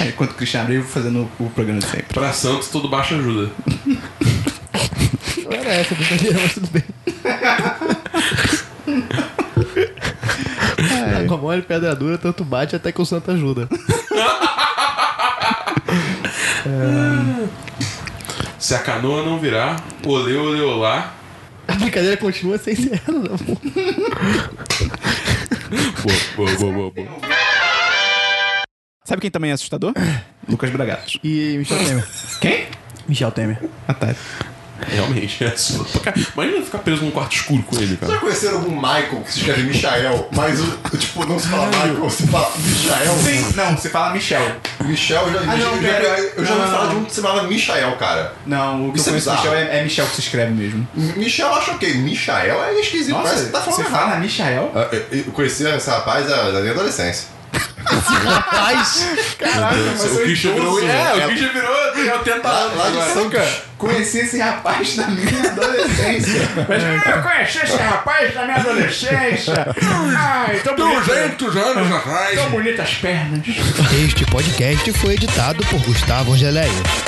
S2: Enquanto o Cristiano Abreu fazendo o programa de sempre.
S4: pra Santos, tudo baixo ajuda.
S1: Não era essa a brincadeira, mas tudo bem. Água mole, pedra dura, tanto bate até que o santo ajuda.
S4: Se a canoa não virar, olê, olê, olá.
S1: A brincadeira continua sem ser ela, não.
S4: Boa, boa, boa, boa, boa.
S2: Sabe quem também é assustador? Lucas Bragatos.
S1: E Michel Temer.
S2: Quem?
S1: Michel Temer.
S2: Ah, tá.
S4: Realmente, é sua. Imagina ficar preso num quarto escuro com ele, cara.
S5: Já conheceram algum Michael que se escreve Michael, mas o, tipo, não se fala Michael, se fala Michael?
S2: não, você fala Michel.
S5: Michel, eu já,
S2: Ah, não,
S5: eu já-
S2: pera-
S5: eu já ouvi
S2: não,
S5: falar
S2: não.
S5: de um que se chamava Michael, cara.
S2: Não, o que
S5: Isso
S2: eu
S5: é
S2: conheço
S5: bizarro.
S2: Michel é, é Michel que se escreve mesmo.
S5: Michel eu acho ok, Michael é esquisito, parece que tá falando errado.
S2: Michel?
S5: Ah, Eu eu conheci esse rapaz da, da minha adolescência.
S4: o Christian virou. É, o Christian virou. É o
S5: Lá,
S4: tentado.
S5: lá de Santos.
S2: Conheci esse rapaz da minha
S5: Adolescência.
S2: Eu conheci esse rapaz da minha adolescência. Ai, tão bonito.
S4: anos atrás.
S2: Tão bonitas pernas.
S8: Este podcast foi editado por Gustavo Angeléia.